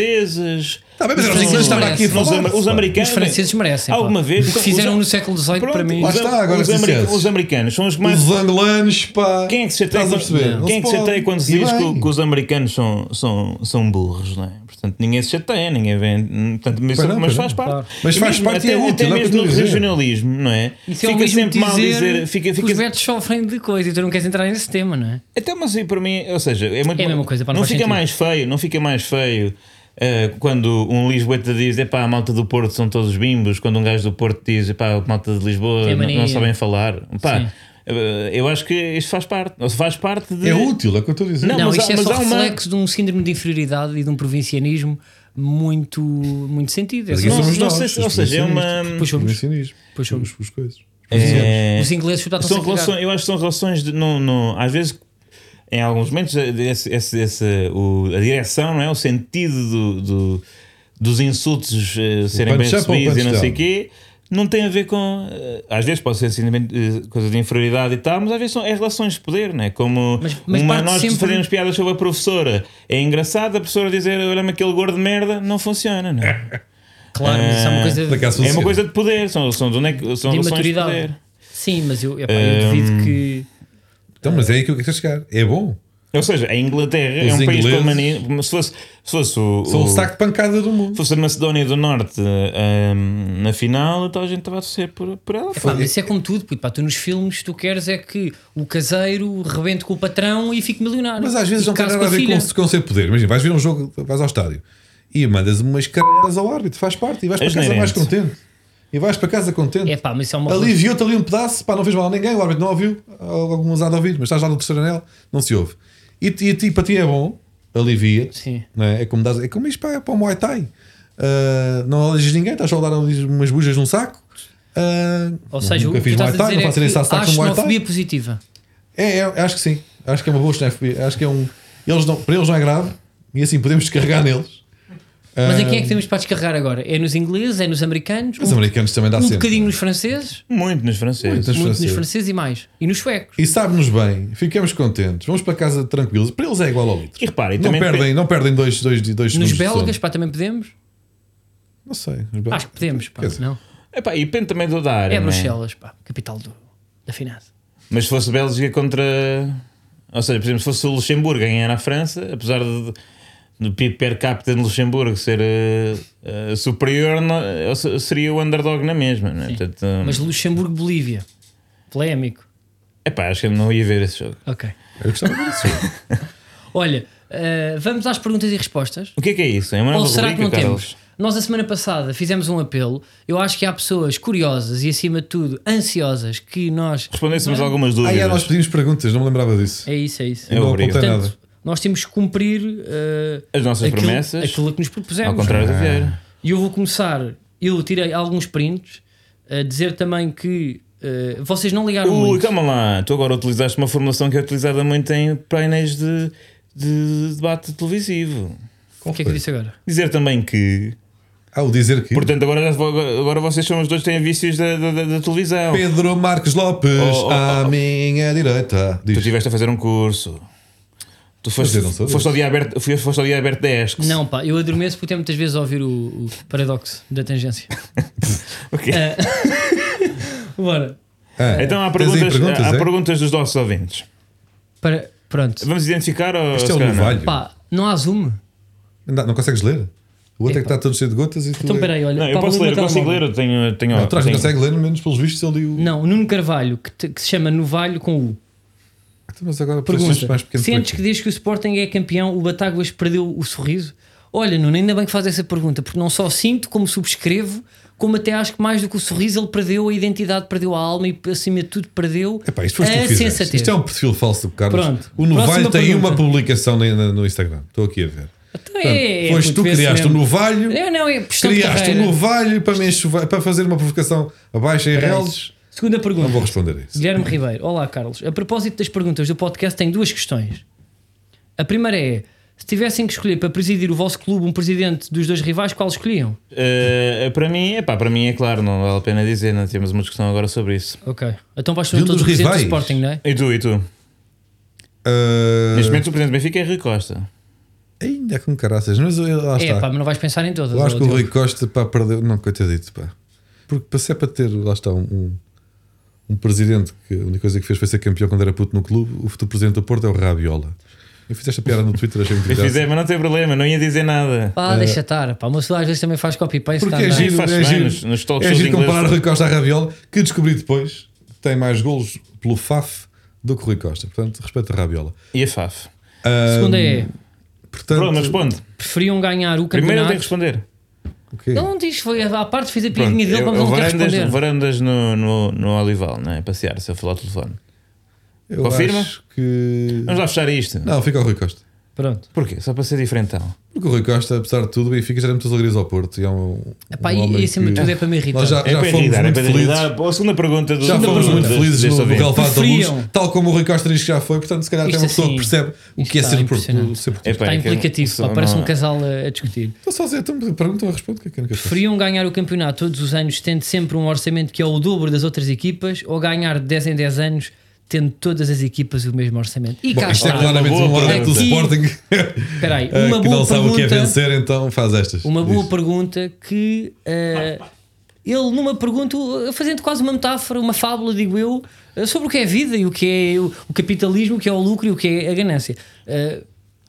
Speaker 4: franceses.
Speaker 2: Tá bem, mas
Speaker 4: nos-
Speaker 2: os ingleses estavam
Speaker 3: aqui a
Speaker 4: nos
Speaker 2: falar,
Speaker 4: ama- Os
Speaker 2: pá.
Speaker 4: americanos.
Speaker 3: Os franceses merecem. pá.
Speaker 4: Alguma vez.
Speaker 3: O que fizeram
Speaker 4: os-
Speaker 3: no século XVIII para
Speaker 4: Pronto,
Speaker 3: mim.
Speaker 2: Lá
Speaker 4: os-
Speaker 2: está, agora
Speaker 4: os,
Speaker 2: que
Speaker 4: america-
Speaker 2: disseste.
Speaker 4: os americanos são os que mais.
Speaker 2: Os angolanos, pá.
Speaker 4: Quem é que se chateia
Speaker 2: Estás a
Speaker 4: quando,
Speaker 2: perceber? Não
Speaker 4: quem é
Speaker 2: se
Speaker 4: que se chateia
Speaker 2: pode.
Speaker 4: quando se
Speaker 2: E
Speaker 4: diz que,
Speaker 2: bem.
Speaker 4: o- que os americanos são, são, são burros, não é? Portanto, ninguém se chateia, ninguém vê. Portanto, mas,
Speaker 2: Pois não,
Speaker 4: mas
Speaker 2: pois
Speaker 4: faz
Speaker 2: não,
Speaker 4: parte.
Speaker 2: claro. Mas
Speaker 4: E
Speaker 2: faz
Speaker 4: mesmo-
Speaker 2: parte e
Speaker 4: até,
Speaker 2: é útil,
Speaker 4: até
Speaker 2: é o que eu
Speaker 4: mesmo
Speaker 2: estou a
Speaker 4: no
Speaker 2: dizer.
Speaker 4: regionalismo, não é?
Speaker 3: Isso é o
Speaker 4: fica
Speaker 3: mesmo
Speaker 4: sempre mal dizer. Fica,
Speaker 3: que
Speaker 4: fica,
Speaker 3: os betos sofrem de coisa e tu não queres entrar nesse tema, não é?
Speaker 4: até mas e para mim, ou seja, é muito
Speaker 3: É a mesma coisa, pá, não
Speaker 4: Não
Speaker 3: faz
Speaker 4: fica
Speaker 3: sentido.
Speaker 4: mais feio, não fica mais feio. eh, quando um Lisboeta diz epá, a malta do Porto são todos bimbos, quando um gajo do Porto diz epá, a malta de Lisboa
Speaker 3: Tem
Speaker 4: não,
Speaker 3: mania.
Speaker 4: não sabem falar, pá,
Speaker 3: Sim.
Speaker 4: eh, eu acho que isto faz parte, ou se faz parte de.
Speaker 2: É útil, é o que eu estou a dizer.
Speaker 4: Não,
Speaker 3: Não,
Speaker 4: mas
Speaker 3: isto
Speaker 4: há-
Speaker 3: é
Speaker 4: mas
Speaker 3: só
Speaker 4: há uma-
Speaker 3: reflexo de um síndrome de inferioridade e de um provincianismo muito, muito sentido.
Speaker 2: Mas
Speaker 3: É
Speaker 2: aqui
Speaker 3: só-
Speaker 4: Não,
Speaker 2: somos
Speaker 4: não
Speaker 2: nós,
Speaker 4: sei se-
Speaker 2: os
Speaker 4: ou seja, é uma.
Speaker 3: Puxa,
Speaker 2: Os
Speaker 3: vamos.
Speaker 2: ensinismos.
Speaker 3: Pois somos.
Speaker 2: Os- os coisas.
Speaker 4: É,
Speaker 3: Os ingleses chutaram-se
Speaker 4: são
Speaker 3: a cagar.
Speaker 4: relações, eu acho que são relações de, não, não, às vezes em alguns momentos eh, esse, esse, esse- o- a direção não é o sentido do- do- dos insultos eh, serem bem
Speaker 2: punch-up ou
Speaker 4: recebidos e não
Speaker 2: punch-down?
Speaker 4: sei o quê não tem a ver com eh, às vezes pode ser simplesmente eh, coisa de inferioridade e tal mas às vezes são é relações de poder não é como
Speaker 3: Mas- mas
Speaker 4: uma,
Speaker 3: parte
Speaker 4: nós
Speaker 3: sempre-
Speaker 4: fazemos piadas sobre a professora é engraçado a professora dizer olha-me aquele gordo de merda não funciona não é?
Speaker 3: Claro, mas isso é uma
Speaker 2: Por
Speaker 3: coisa
Speaker 2: acaso
Speaker 4: é uma
Speaker 2: funciona.
Speaker 4: coisa de poder são, são, de onde é que- são
Speaker 3: de
Speaker 4: relações de poder
Speaker 3: imaturidade. Sim, mas eu, epá, eu duvido que.
Speaker 2: Então, mas é aí que eu quero chegar. É bom.
Speaker 4: Ou seja, a Inglaterra
Speaker 2: Os
Speaker 4: é um país
Speaker 2: ingleses- um
Speaker 4: com mania. Se fosse, se fosse o.
Speaker 2: São
Speaker 4: o-
Speaker 2: o saco de pancada do mundo.
Speaker 4: se fosse a Macedónia do Norte ahm, na final, então a gente estava a torcer por, por ela.
Speaker 3: Epá, mas isso é como tudo, puto, pá, tu nos filmes tu queres é que o caseiro rebente com o patrão e fique milionário.
Speaker 2: Mas às vezes
Speaker 3: E
Speaker 2: não tem
Speaker 3: case
Speaker 2: nada a
Speaker 3: com
Speaker 2: ver
Speaker 3: filha.
Speaker 2: com, se- com ser poder. Imagina, vais ver um jogo, vais ao estádio e mandas umas caralhadas ao árbitro, faz parte, e vais para
Speaker 4: És
Speaker 2: casa mais
Speaker 4: inerente.
Speaker 2: contente. E vais para casa contente.
Speaker 3: É pá, mas isso é uma
Speaker 2: Aliviou-te ali um pedaço, pá, não fez mal a ninguém, o árbitro não ouviu, algum usado a ouvir, mas estás lá no terceiro anel, não se ouve. E, ti- e ti- para ti é bom, alivia.
Speaker 3: Sim.
Speaker 2: Não é? é como dás, é como isto pá, é para o Muay Thai. Ah, não aliges ninguém, estás só a dar ali umas bujas num saco. Ah,
Speaker 3: Ou seja, o
Speaker 2: nunca fiz
Speaker 3: que tu
Speaker 2: Muay
Speaker 3: estás a
Speaker 2: Thai,
Speaker 3: dizer
Speaker 2: não
Speaker 3: é
Speaker 2: faço nem
Speaker 3: que
Speaker 2: saco
Speaker 3: há
Speaker 2: com Muay Thai.
Speaker 3: xenofobia positiva.
Speaker 2: É, é, acho que sim. Acho que é uma boa xenofobia. Acho que é um. Eles não, para eles não é grave e assim podemos descarregar neles.
Speaker 3: Mas
Speaker 2: Ah,
Speaker 3: a quem é que temos para descarregar agora? É nos ingleses, é nos americanos,
Speaker 2: Os
Speaker 3: um,
Speaker 2: americanos também dá
Speaker 3: um
Speaker 2: sempre.
Speaker 3: bocadinho nos franceses,
Speaker 4: Muito nos franceses.
Speaker 2: Muitas
Speaker 3: muito nos
Speaker 2: franceses.
Speaker 3: franceses e mais. E nos suecos.
Speaker 2: E sabe-nos bem, ficamos contentes, vamos para casa tranquilos. Para eles é igual ao litro.
Speaker 4: E reparem,
Speaker 2: Não
Speaker 4: também.
Speaker 2: perdem, não perdem dois, dois, dois segundos.
Speaker 3: Nos
Speaker 2: de
Speaker 3: belgas,
Speaker 2: sono.
Speaker 3: pá, também podemos?
Speaker 2: Não sei. os belgas.
Speaker 3: Acho que podemos, pá,
Speaker 2: Quer dizer,
Speaker 3: não?
Speaker 4: Epá, e depende também do da área.
Speaker 3: É
Speaker 4: não
Speaker 3: Bruxelas, pá, capital do, da finança.
Speaker 4: Mas se fosse Bélgica contra. Ou seja, por exemplo, se fosse o Luxemburgo ganhar a França, apesar de. Do PIB per capita de Luxemburgo ser eh, eh, superior, não- eh, se- seria o underdog na mesma. Não é? Portanto, eh,
Speaker 3: Mas Luxemburgo-Bolívia, polémico.
Speaker 4: epá, acho que eu não ia ver esse jogo.
Speaker 3: Ok.
Speaker 2: Eu gostava disso.
Speaker 3: Olha, ah, vamos às perguntas e respostas.
Speaker 4: O que é que é isso? É uma
Speaker 3: Ou
Speaker 4: nova
Speaker 3: será que
Speaker 4: rubrica,
Speaker 3: não
Speaker 4: Carlos?
Speaker 3: temos? Nós, a semana passada, fizemos um apelo. Eu acho que há pessoas curiosas e, acima de tudo, ansiosas que nós.
Speaker 4: Respondêssemos algumas dúvidas.
Speaker 2: ah, é, nós pedimos perguntas, não me lembrava disso.
Speaker 3: É isso, é isso.
Speaker 4: Eu
Speaker 2: não
Speaker 4: obrigado.
Speaker 2: apontei nada.
Speaker 3: Portanto, nós temos que cumprir eh,
Speaker 4: As nossas
Speaker 3: aquilo,
Speaker 4: promessas.
Speaker 3: aquilo é que nos
Speaker 2: é
Speaker 4: Ao
Speaker 3: propusemos.
Speaker 4: contrário da Vieira.
Speaker 3: E eu vou começar. Eu tirei alguns prints a dizer também que eh, vocês não
Speaker 2: É
Speaker 3: ligaram
Speaker 4: Ui,
Speaker 3: muito.
Speaker 4: calma lá. Tu agora utilizaste uma formulação que é utilizada muito em painéis de, de debate televisivo.
Speaker 2: Qual
Speaker 3: O que é que
Speaker 2: foi?
Speaker 3: eu disse agora?
Speaker 4: Dizer também que.
Speaker 2: Ah, o dizer que.
Speaker 4: Portanto, agora, já vou- agora vocês são os dois que têm vícios da, da- da- da televisão.
Speaker 2: Pedro Marques Lopes,
Speaker 4: Oh, oh, oh.
Speaker 2: à minha direita.
Speaker 4: Tu
Speaker 2: Diz.
Speaker 4: estiveste a fazer um curso. Tu
Speaker 2: Mas
Speaker 4: foste,
Speaker 2: eu não sou
Speaker 4: foste, ao, dia aberto, fui- foste ao dia aberto desk.
Speaker 3: Não, pá, eu adormeço porque é muitas vezes a ouvir o, o paradoxo da tangência.
Speaker 4: Ok.
Speaker 2: Eh,
Speaker 3: Bora.
Speaker 2: Ah,
Speaker 4: Então há
Speaker 2: tens aí
Speaker 4: perguntas, há
Speaker 2: é?
Speaker 4: perguntas dos nossos ouvintes.
Speaker 3: Para, pronto.
Speaker 4: Vamos identificar ou
Speaker 2: Isto é
Speaker 4: se
Speaker 2: um
Speaker 4: calhar não?
Speaker 2: novalho.
Speaker 3: Pá, não há zoom?
Speaker 2: Não, não consegues ler? O outro é que
Speaker 3: Epá.
Speaker 2: está todo cheio de gotas e tu.
Speaker 3: Então,
Speaker 2: é-
Speaker 3: peraí, olha.
Speaker 4: Não, eu
Speaker 3: Pablo
Speaker 4: posso ler, eu
Speaker 3: Lima
Speaker 4: consigo ler,
Speaker 3: Telemóvel.
Speaker 4: eu tenho. tenho
Speaker 2: Não, tu não
Speaker 4: tenho-
Speaker 2: consegue ler, menos pelos vistos ele li o.
Speaker 3: Não, Nuno Carvalho, que, te- que se chama Novalho com U.
Speaker 2: Então, Mas agora precisas
Speaker 3: Pergunta:
Speaker 2: mais pequeno.
Speaker 3: Sentes
Speaker 2: para
Speaker 3: que desde que o Sporting é campeão, o Batáguas perdeu o sorriso? Olha, Nuno, ainda bem que faz essa pergunta, porque não só sinto, como subscrevo, como até acho que mais do que o sorriso, ele perdeu a identidade, perdeu a alma e, acima de tudo, perdeu
Speaker 2: Epá, isto foste tu
Speaker 3: a
Speaker 2: que fizeste.
Speaker 3: sensatez.
Speaker 2: Isto é um perfil falso do Carlos.
Speaker 3: Pronto.
Speaker 2: O Novalho
Speaker 3: Próxima
Speaker 2: tem
Speaker 3: pergunta.
Speaker 2: uma publicação na- na- no Instagram. Estou aqui a ver.
Speaker 3: Então,
Speaker 2: Portanto,
Speaker 3: é- é
Speaker 2: foste
Speaker 3: muito
Speaker 2: tu que
Speaker 3: esse
Speaker 2: criaste o
Speaker 3: mesmo.
Speaker 2: Novalho.
Speaker 3: Eu não, é pressão de
Speaker 2: Criaste
Speaker 3: carreira.
Speaker 2: um novalho para, me enxovar- para fazer uma provocação abaixo em reles.
Speaker 3: Segunda pergunta.
Speaker 2: Não vou responder a isso.
Speaker 3: Guilherme Ribeiro, olá Carlos. A propósito das perguntas do podcast, tenho duas questões. A primeira é: se tivessem que escolher para presidir o vosso clube um presidente dos dois rivais, qual escolhiam?
Speaker 4: Eh, para mim, epá, para mim é claro, não vale a pena dizer, não temos uma discussão agora sobre isso.
Speaker 3: Ok. Então vais escolher
Speaker 2: De um
Speaker 3: todos os
Speaker 2: dos
Speaker 3: presidentes do
Speaker 2: rivais?
Speaker 3: Sporting, não é?
Speaker 4: E tu, e tu?
Speaker 2: Ah,
Speaker 4: Neste momento o presidente do Benfica é Rui Costa.
Speaker 2: ainda com caraças, mas eu- lá
Speaker 3: É,
Speaker 2: está.
Speaker 3: pá, mas não vais pensar em todas.
Speaker 2: eu acho
Speaker 3: ó,
Speaker 2: que o
Speaker 3: Diogo.
Speaker 2: Rui Costa pá, perdeu. Não, coitadito, pá. Porque para ser para ter, lá está, um, um, um presidente que a única coisa que fez foi ser campeão quando era puto no clube, o futuro presidente do Porto é o Rabiola. Eu fiz esta piada no Twitter, achei muito
Speaker 4: Eu
Speaker 2: engraçado.
Speaker 4: fizer, mas não tem problema, não ia dizer nada.
Speaker 3: Pá, deixa estar. Pá, uma pessoa às vezes também faz copy-paste.
Speaker 2: eh, Porque
Speaker 3: tá
Speaker 2: é
Speaker 3: bem.
Speaker 2: giro,
Speaker 4: Faz
Speaker 2: é
Speaker 4: bem,
Speaker 2: giro,
Speaker 4: nos- nos talk
Speaker 2: é
Speaker 4: shows
Speaker 2: giro comparar o
Speaker 4: ingleses.
Speaker 2: Rui Costa à Rabiola, que descobri depois que tem mais golos pelo Faf do que o Rui Costa. Portanto, respeito a Rabiola.
Speaker 4: E a FAF?
Speaker 3: A segunda
Speaker 2: eh,
Speaker 3: é:
Speaker 2: Portanto,
Speaker 4: Pronto, mas responde.
Speaker 3: preferiam ganhar o
Speaker 4: Primeiro eu tenho que
Speaker 3: campeonato?
Speaker 4: responder.
Speaker 2: o quê?
Speaker 3: Ele não diz, foi à parte, fez a
Speaker 4: Pronto,
Speaker 3: piadinha dele,
Speaker 4: eu-
Speaker 3: vamos
Speaker 4: eu
Speaker 3: não ter
Speaker 4: varandas,
Speaker 3: responder.
Speaker 4: varandas no, no, no Olival, não é? Passear, se eu falar ao telefone.
Speaker 2: Eu
Speaker 4: Confirma?
Speaker 2: acho que.
Speaker 4: Vamos lá fechar isto.
Speaker 2: Não, fica o Rui Costa.
Speaker 3: Pronto.
Speaker 4: Porquê? Só para ser diferentão.
Speaker 2: Porque o Rui Costa, apesar de tudo, o Benfica já deu muitas alegrias ao Porto. E é um.
Speaker 3: Epá,
Speaker 2: um
Speaker 3: e-
Speaker 2: homem
Speaker 3: e acima de
Speaker 2: que-
Speaker 3: tudo é para me irritar.
Speaker 2: Nós já,
Speaker 4: É
Speaker 2: já
Speaker 4: para
Speaker 2: fomos
Speaker 4: irritar, é
Speaker 2: muito
Speaker 4: para
Speaker 2: felizes.
Speaker 4: irritar. A segunda pergunta do
Speaker 2: Já
Speaker 4: segunda
Speaker 2: fomos muito
Speaker 4: pergunta
Speaker 2: felizes
Speaker 4: deste
Speaker 2: no, no
Speaker 4: ouvinte.
Speaker 2: Galvão da Luz,
Speaker 3: Preferiam.
Speaker 2: tal como o Rui Costa diz que já foi, portanto, se calhar até
Speaker 3: Isto
Speaker 2: uma pessoa
Speaker 3: assim,
Speaker 2: que percebe o
Speaker 3: isto
Speaker 2: que é
Speaker 3: está
Speaker 2: ser, por-
Speaker 3: impressionante.
Speaker 2: ser português.
Speaker 4: Epá,
Speaker 3: Está
Speaker 4: é que eu-
Speaker 3: implicativo,
Speaker 4: só
Speaker 3: pá, parece
Speaker 4: não-
Speaker 3: um casal a, a discutir.
Speaker 2: Estou só a dizer, então, me perguntam, eu respondo. Que é que eu não quero fazer.
Speaker 3: Preferiam ganhar o campeonato todos os anos, tendo sempre um orçamento que é o dobro das outras equipas, ou ganhar de 10 em 10 anos, tendo todas as equipas o mesmo orçamento? E
Speaker 2: Bom,
Speaker 3: cá
Speaker 2: isto é
Speaker 3: está.
Speaker 2: claramente
Speaker 4: boa
Speaker 2: um árbitro do
Speaker 3: pergunta.
Speaker 2: Sporting
Speaker 3: Espera aí,
Speaker 2: eh,
Speaker 3: uma
Speaker 2: que não
Speaker 3: boa
Speaker 2: sabe o que é
Speaker 3: pergunta.
Speaker 2: vencer, então faz estas.
Speaker 3: Uma boa
Speaker 2: Diz.
Speaker 3: pergunta que eh, ele, numa pergunta, eh, fazendo quase uma metáfora, uma fábula, digo eu, eh, sobre o que é a vida e o que é o, o capitalismo, o que é o lucro e o que é a ganância. Eh,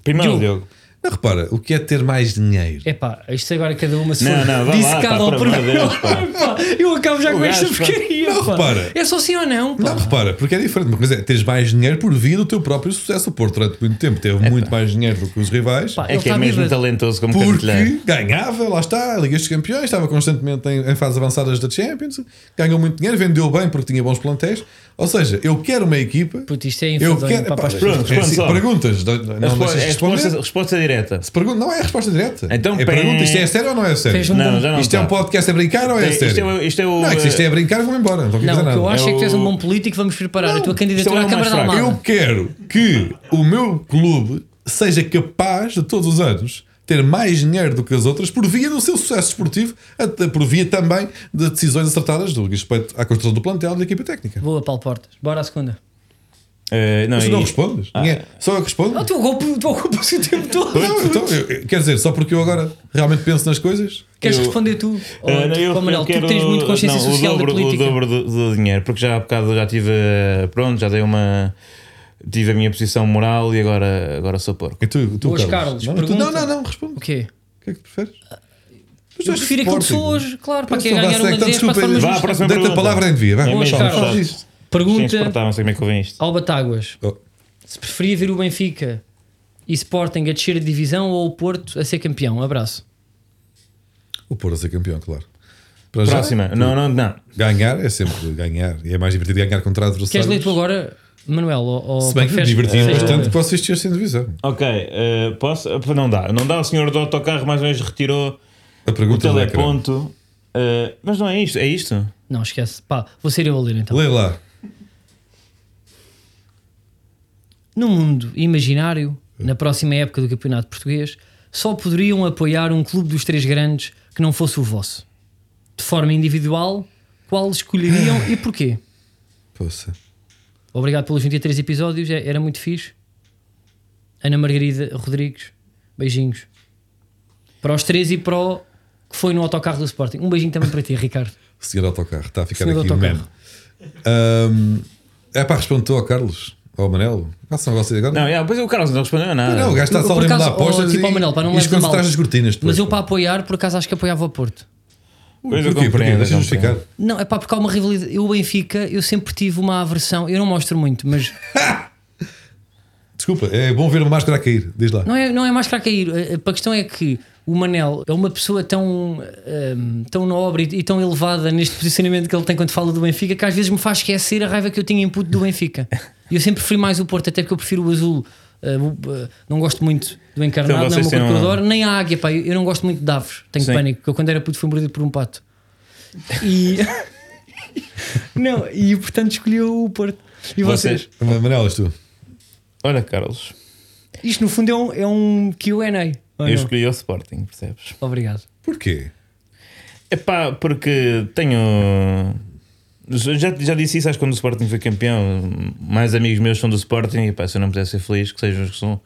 Speaker 4: Primeiro,
Speaker 3: Diogo.
Speaker 4: Diogo.
Speaker 2: Não, repara, o que é ter mais dinheiro?
Speaker 3: Epá, isto agora cada uma se
Speaker 4: Não,
Speaker 3: for
Speaker 4: não, vá lá, pá,
Speaker 3: dissecada ao
Speaker 4: por amor de
Speaker 3: programa.
Speaker 4: Deus, pá.
Speaker 3: Epá, um. eu acabo já
Speaker 4: O
Speaker 3: com esta
Speaker 4: gajo, pá.
Speaker 3: porcaria.
Speaker 2: Não,
Speaker 3: pá.
Speaker 2: repara.
Speaker 3: É só sim ou não, pá.
Speaker 2: Não, repara, porque é diferente. Uma coisa é teres mais dinheiro por via do teu próprio sucesso. O Porto, durante muito tempo, teve muito mais dinheiro do que os rivais.
Speaker 3: Pá,
Speaker 4: É
Speaker 3: Ele
Speaker 4: que é
Speaker 3: está
Speaker 4: mesmo
Speaker 3: viva.
Speaker 4: talentoso como cantilheiro.
Speaker 2: Porque ganhava, lá está, a Liga dos Campeões, estava constantemente em, em fases avançadas da Champions, ganhou muito dinheiro, vendeu bem porque tinha bons plantéis. Ou seja, eu quero uma equipa.
Speaker 3: Puto, isto é
Speaker 2: eu
Speaker 3: enfadonho,
Speaker 2: quero.
Speaker 3: pá,
Speaker 2: pá,
Speaker 3: pá,
Speaker 4: pronto,
Speaker 2: é assim,
Speaker 4: responde só.
Speaker 2: perguntas, não, não
Speaker 4: A resposta-
Speaker 2: deixas
Speaker 4: a
Speaker 2: responder.
Speaker 4: resposta, resposta direta.
Speaker 2: Se pergunta- não é a resposta direta.
Speaker 4: Então,
Speaker 2: é
Speaker 4: pé.
Speaker 2: pergunta, isto é sério ou não é sério?
Speaker 3: Fez um
Speaker 4: Não,
Speaker 3: bom-
Speaker 4: já não
Speaker 2: isto
Speaker 4: tá.
Speaker 2: é um podcast a brincar ou é,
Speaker 4: Tem- isto
Speaker 2: sério?
Speaker 4: é o- isto é o,
Speaker 2: Não, que se isto
Speaker 4: eh,
Speaker 2: é a brincar, vou-me embora. Não, estou aqui a
Speaker 3: Não,
Speaker 2: dizer
Speaker 3: o que
Speaker 2: nada.
Speaker 3: eu acho é que tu és um
Speaker 4: Eu-
Speaker 3: bom político, vamos preparar a tua
Speaker 4: isto é
Speaker 3: candidatura
Speaker 4: o
Speaker 3: à Câmara da
Speaker 4: mais fraco.
Speaker 3: Almada.
Speaker 2: Eu quero que o meu clube seja capaz de todos os anos ter mais dinheiro do que as outras por via do seu sucesso esportivo, até por via também de decisões acertadas do respeito à construção do plantel e da equipa técnica.
Speaker 3: Boa, Paulo Portas. Bora à segunda.
Speaker 4: Eh, não,
Speaker 2: Mas tu não
Speaker 4: e-
Speaker 2: respondes? Ninguém- Só eu que respondo?
Speaker 3: Ah, tu ocupas tu ocupas o tempo todo.
Speaker 2: Não, então, eu- eu- quer dizer, só porque eu agora realmente penso nas coisas?
Speaker 3: Queres
Speaker 4: eu-
Speaker 3: responder Eh, tu? Ou,
Speaker 4: Ah, não, eu-
Speaker 3: Pô, Manel,
Speaker 4: eu quero-
Speaker 3: tu tens muito consciência
Speaker 4: não,
Speaker 3: social
Speaker 4: o dobro,
Speaker 3: da política.
Speaker 4: O dobro do, do dinheiro, porque já há bocado já tive. eh, Pronto, já dei uma. Tive a minha posição moral e agora, agora sou porco.
Speaker 2: E tu, tu
Speaker 3: Boas, Carlos,
Speaker 2: não, tu- não,
Speaker 3: pergunta.
Speaker 2: não, não, responde.
Speaker 3: O
Speaker 2: O
Speaker 3: quê? Ah,
Speaker 2: que é que tu preferes? Tu
Speaker 3: Eu
Speaker 2: és
Speaker 3: prefiro aquilo que
Speaker 2: Sporting.
Speaker 3: sou hoje, claro, para
Speaker 2: Pensa,
Speaker 3: quem ganhar
Speaker 2: vá,
Speaker 3: uma
Speaker 2: segue, então,
Speaker 3: das
Speaker 2: desculpa,
Speaker 3: plataformas.
Speaker 4: Vá, à próxima
Speaker 2: Dei-te a
Speaker 4: pergunta.
Speaker 2: palavra em devia. vai.
Speaker 4: É
Speaker 3: Boas,
Speaker 4: mesmo,
Speaker 3: Carlos.
Speaker 2: Faz
Speaker 4: chato.
Speaker 2: isto.
Speaker 4: Isto é
Speaker 3: Pergunta
Speaker 4: insuportável, não sei como é que ouvem isto.
Speaker 3: ao Batáguas.
Speaker 2: Oh.
Speaker 3: Se preferia ver o Benfica e Sporting a descer a divisão ou o Porto a ser campeão? Abraço.
Speaker 2: O Porto a ser campeão, claro. Para já,
Speaker 4: Próxima. Não, não, não.
Speaker 2: Ganhar é sempre ganhar. E é mais divertido ganhar contra adversários.
Speaker 3: Queres ler tu agora, Manuel? Ou, ou
Speaker 2: Se bem que me
Speaker 3: preferes-
Speaker 2: diverti
Speaker 3: Seja-
Speaker 2: bastante que vocês tinham sem divisão.
Speaker 4: Ok, eh, posso? Ah, Não dá. Não dá. O senhor do autocarro mais uma vez retirou
Speaker 2: A
Speaker 4: o é
Speaker 2: pergunta do ecrã.
Speaker 4: teleponto. Eh, mas não é isto, é isto.
Speaker 3: Não, esquece. Pá, vou ser eu a ler então.
Speaker 2: Lê lá.
Speaker 3: No mundo imaginário, na próxima época do Campeonato Português, só poderiam apoiar um clube dos três grandes que não fosse o vosso. De forma individual, qual escolheriam e porquê?
Speaker 2: Poça.
Speaker 3: Obrigado pelos 23 episódios, é- era muito fixe. Ana Margarida Rodrigues, beijinhos. Para os três e para o que foi no autocarro do Sporting. Um beijinho também para ti, Ricardo.
Speaker 2: O senhor autocarro. Está a ficar
Speaker 3: Senhor
Speaker 2: aqui o
Speaker 3: autocarro.
Speaker 2: meme. Ahm, É para responder ao Carlos. Ou o Manel? Façam vocês agora.
Speaker 4: Não, yeah, depois o Carlos não respondeu nada.
Speaker 2: Não, o gajo está
Speaker 3: Por
Speaker 2: só a lembrar
Speaker 3: acaso,
Speaker 2: apostas
Speaker 3: oh, tipo,
Speaker 2: e,
Speaker 3: oh, Manel, pá, não
Speaker 2: e
Speaker 3: leves a
Speaker 2: esconde
Speaker 3: mal.
Speaker 2: atrás das cortinas. depois,
Speaker 3: Mas eu
Speaker 2: pá.
Speaker 3: para apoiar, por acaso acho que apoiava o Porto.
Speaker 4: Pois
Speaker 2: Porquê?
Speaker 4: eu
Speaker 2: Porquê?
Speaker 4: compreendo,
Speaker 2: Deixa
Speaker 4: eu
Speaker 2: justificar.
Speaker 4: compreendo.
Speaker 3: Não, é pá, porque há uma rivalidade. Eu, Benfica, eu sempre tive uma aversão. Eu não mostro muito, mas
Speaker 2: Desculpa, é bom ver uma máscara a cair. Diz lá.
Speaker 3: não é, não é mais para cair. A- A a questão é que o Manel é uma pessoa tão, ehm, tão nobre e e tão elevada neste posicionamento que ele tem quando fala do Benfica que às vezes me faz esquecer a raiva que eu tinha em puto do Benfica. E eu sempre preferi mais o Porto, até porque eu prefiro o azul. Eh, o- eh, não gosto muito do encarnado,
Speaker 4: Então
Speaker 3: não é uma
Speaker 4: vocês
Speaker 3: cor que eu
Speaker 4: têm um-
Speaker 3: adoro, nem a águia, pá. Eu eu não gosto muito de aves, tenho
Speaker 4: Sim.
Speaker 3: pânico, porque eu quando era puto fui mordido por um pato. E. não, e portanto escolhi o Porto. E vocês?
Speaker 4: Vocês?
Speaker 2: Manel, és tu.
Speaker 4: Olha, Carlos,
Speaker 3: Isto no fundo é um, é um QA. ou
Speaker 4: eu
Speaker 3: não?
Speaker 4: escolhi o Sporting, percebes?
Speaker 3: Obrigado.
Speaker 2: Porquê?
Speaker 4: Epá, porque tenho. Já, já disse isso, acho que quando o Sporting foi campeão, mais amigos meus são do Sporting. E pá, se eu não pudesse ser feliz, que sejam os que são,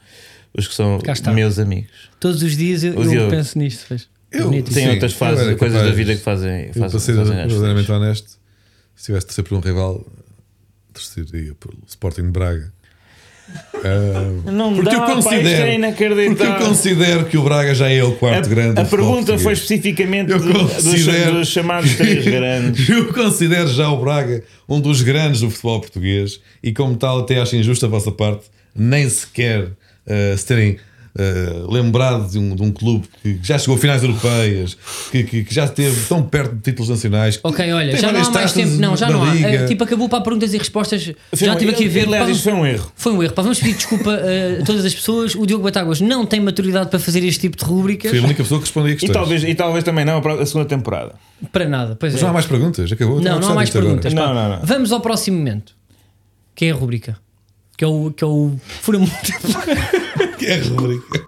Speaker 4: os que são
Speaker 3: Cá está.
Speaker 4: meus amigos.
Speaker 3: Todos os dias eu,
Speaker 4: O
Speaker 3: eu
Speaker 4: Diogo.
Speaker 3: penso nisto. Fez.
Speaker 2: Eu-
Speaker 3: Bonito isso.
Speaker 4: Tem
Speaker 2: Sim,
Speaker 4: outras
Speaker 2: eu
Speaker 4: fases,
Speaker 2: era
Speaker 4: coisas
Speaker 2: é capaz.
Speaker 4: da vida que fazem.
Speaker 2: Eu, para
Speaker 4: fazem,
Speaker 2: ser
Speaker 4: fazem estas.
Speaker 2: verdadeiramente honesto, se tivesse de ser por um rival, torceria pelo Sporting de Braga. Ah,
Speaker 4: Não
Speaker 2: porque
Speaker 4: dá,
Speaker 2: eu
Speaker 4: pá, isto é
Speaker 2: considero,
Speaker 4: inacreditável.
Speaker 2: porque eu considero que o Braga já é o quarto grande.
Speaker 4: a, a
Speaker 2: do futebol
Speaker 4: pergunta foi
Speaker 2: português.
Speaker 4: especificamente
Speaker 2: Eu
Speaker 4: do- dos,
Speaker 2: considero-
Speaker 4: dos chamados três grandes.
Speaker 2: Eu considero já o Braga um dos grandes do futebol português e, como tal, até acho injusto a vossa parte nem sequer ah, se terem ah, lembrado de um, de um clube que já chegou a finais europeias, que, que- que já esteve tão perto de títulos nacionais. que
Speaker 3: Ok, olha,
Speaker 2: tem
Speaker 3: já não
Speaker 2: várias
Speaker 3: há mais
Speaker 2: taças
Speaker 3: tempo. Não, já
Speaker 2: na
Speaker 3: não há.
Speaker 2: Liga.
Speaker 3: É, tipo, acabou para perguntas e respostas. já estive aqui a ver.
Speaker 4: Aliás,
Speaker 3: Pá,
Speaker 4: isto foi um erro.
Speaker 3: Foi um erro. Pá, vamos pedir desculpa eh, a todas as pessoas. O Diogo Batáguas não tem maturidade para fazer este tipo de rubricas.
Speaker 2: Foi a única pessoa que respondia a
Speaker 4: E
Speaker 2: questões.
Speaker 4: talvez, e talvez também não a pró- a segunda temporada.
Speaker 3: Para nada. Pois
Speaker 2: Mas
Speaker 3: é.
Speaker 2: não há mais perguntas, acabou.
Speaker 3: Não,
Speaker 2: Estava a
Speaker 3: não há
Speaker 2: gostar
Speaker 3: mais
Speaker 2: disto agora.
Speaker 3: perguntas.
Speaker 4: agora.
Speaker 3: pá.
Speaker 4: Não, não, não.
Speaker 3: Vamos ao próximo momento, que é a rubrica. Que é o, que é o Fura Múltiplo.
Speaker 2: Que é a rubrica.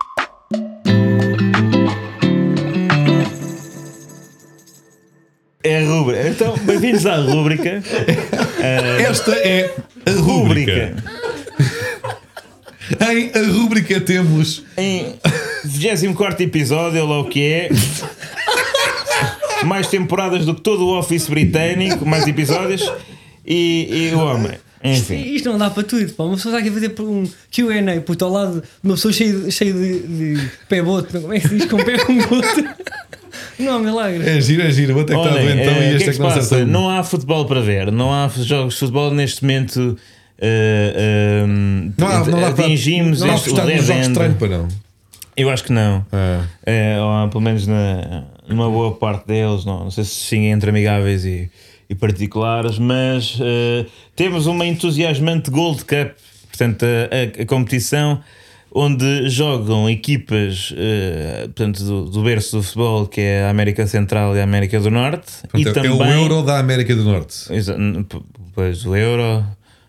Speaker 4: É a rúbrica. Então, bem-vindos à rúbrica.
Speaker 2: Esta é a rúbrica.
Speaker 4: Rúbrica.
Speaker 2: Em a rúbrica temos.
Speaker 4: Em 24 episódio, olha lá o que é. Mais temporadas do que todo o Office britânico, mais episódios. E, e o homem. Enfim.
Speaker 3: Isto não dá para tudo. Pá. Uma pessoa está aqui a fazer por um QA, puto, ao lado de uma pessoa cheia de, cheia de, de pé boto. Como é que se diz? Com pé com boto. Não há milagre.
Speaker 2: É giro, é giro. Vou até que está
Speaker 4: Olhem,
Speaker 2: doente então
Speaker 4: eh,
Speaker 2: e
Speaker 4: o que
Speaker 2: este é que
Speaker 4: é que se
Speaker 2: não
Speaker 4: passa?
Speaker 2: acerta.
Speaker 4: Não há futebol para ver, não há f- jogos de futebol neste momento. eh, eh,
Speaker 2: Não há, não há para-
Speaker 4: atingimos
Speaker 2: não há
Speaker 4: este- o
Speaker 2: apostar nos
Speaker 4: dead
Speaker 2: jogos de
Speaker 4: end.
Speaker 2: treino para não.
Speaker 4: Eu acho que não.
Speaker 2: Ah.
Speaker 4: É, ou há, pelo menos na, numa boa parte deles, não, não sei se sim entre amigáveis e, e particulares, mas eh, temos uma entusiasmante Gold Cup, portanto, a, a- a competição onde jogam equipas eh, portanto, do, do berço do futebol, que é a América Central e a América do Norte, e
Speaker 2: Portanto, é-
Speaker 4: também
Speaker 2: É o Euro da América do Norte.
Speaker 4: Exa- p- pois, o Euro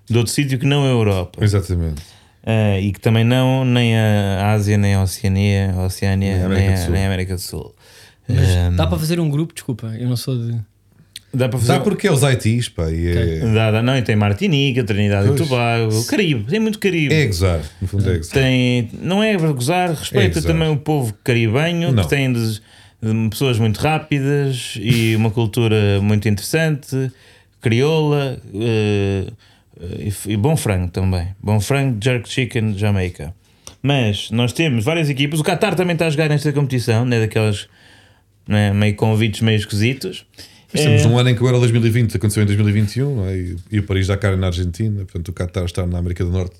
Speaker 4: de outro sítio que não é a Europa.
Speaker 2: Exatamente.
Speaker 4: Ah, e que também não, nem a Ásia, nem a Oceania, a Oceania,
Speaker 2: Nem a América do
Speaker 4: nem, a,
Speaker 2: Sul.
Speaker 4: nem a América do Sul. Eh,
Speaker 2: Hum.
Speaker 3: Dá para fazer um grupo, desculpa. Eu não sou de.
Speaker 4: Dá para fazer.
Speaker 2: Dá porque é os ITs, pá. E é,
Speaker 4: Dá, dá, não, e tem Martinica, Trinidade
Speaker 2: Pois.
Speaker 4: e Tobago, Caribe, tem muito Caribe.
Speaker 2: é gozar. No fundo, é gozar.
Speaker 4: Tem, não é para gozar, respeita
Speaker 2: É gozar.
Speaker 4: também o povo caribenho,
Speaker 2: Não.
Speaker 4: que tem des- de- pessoas muito rápidas e uma cultura muito interessante, crioula eh, eh, e, f- e bom frango também. Bom frango, jerk chicken, de Jamaica. Mas nós temos várias equipas, o Qatar também está a jogar nesta competição, né, daquelas né, meio convites, meio esquisitos.
Speaker 2: Mas
Speaker 4: Eh,
Speaker 2: Estamos num um ano em que o Euro 2020 aconteceu em 2021 não é? e, e o Paris Dakar é na Argentina. Portanto, o Qatar está na América do Norte.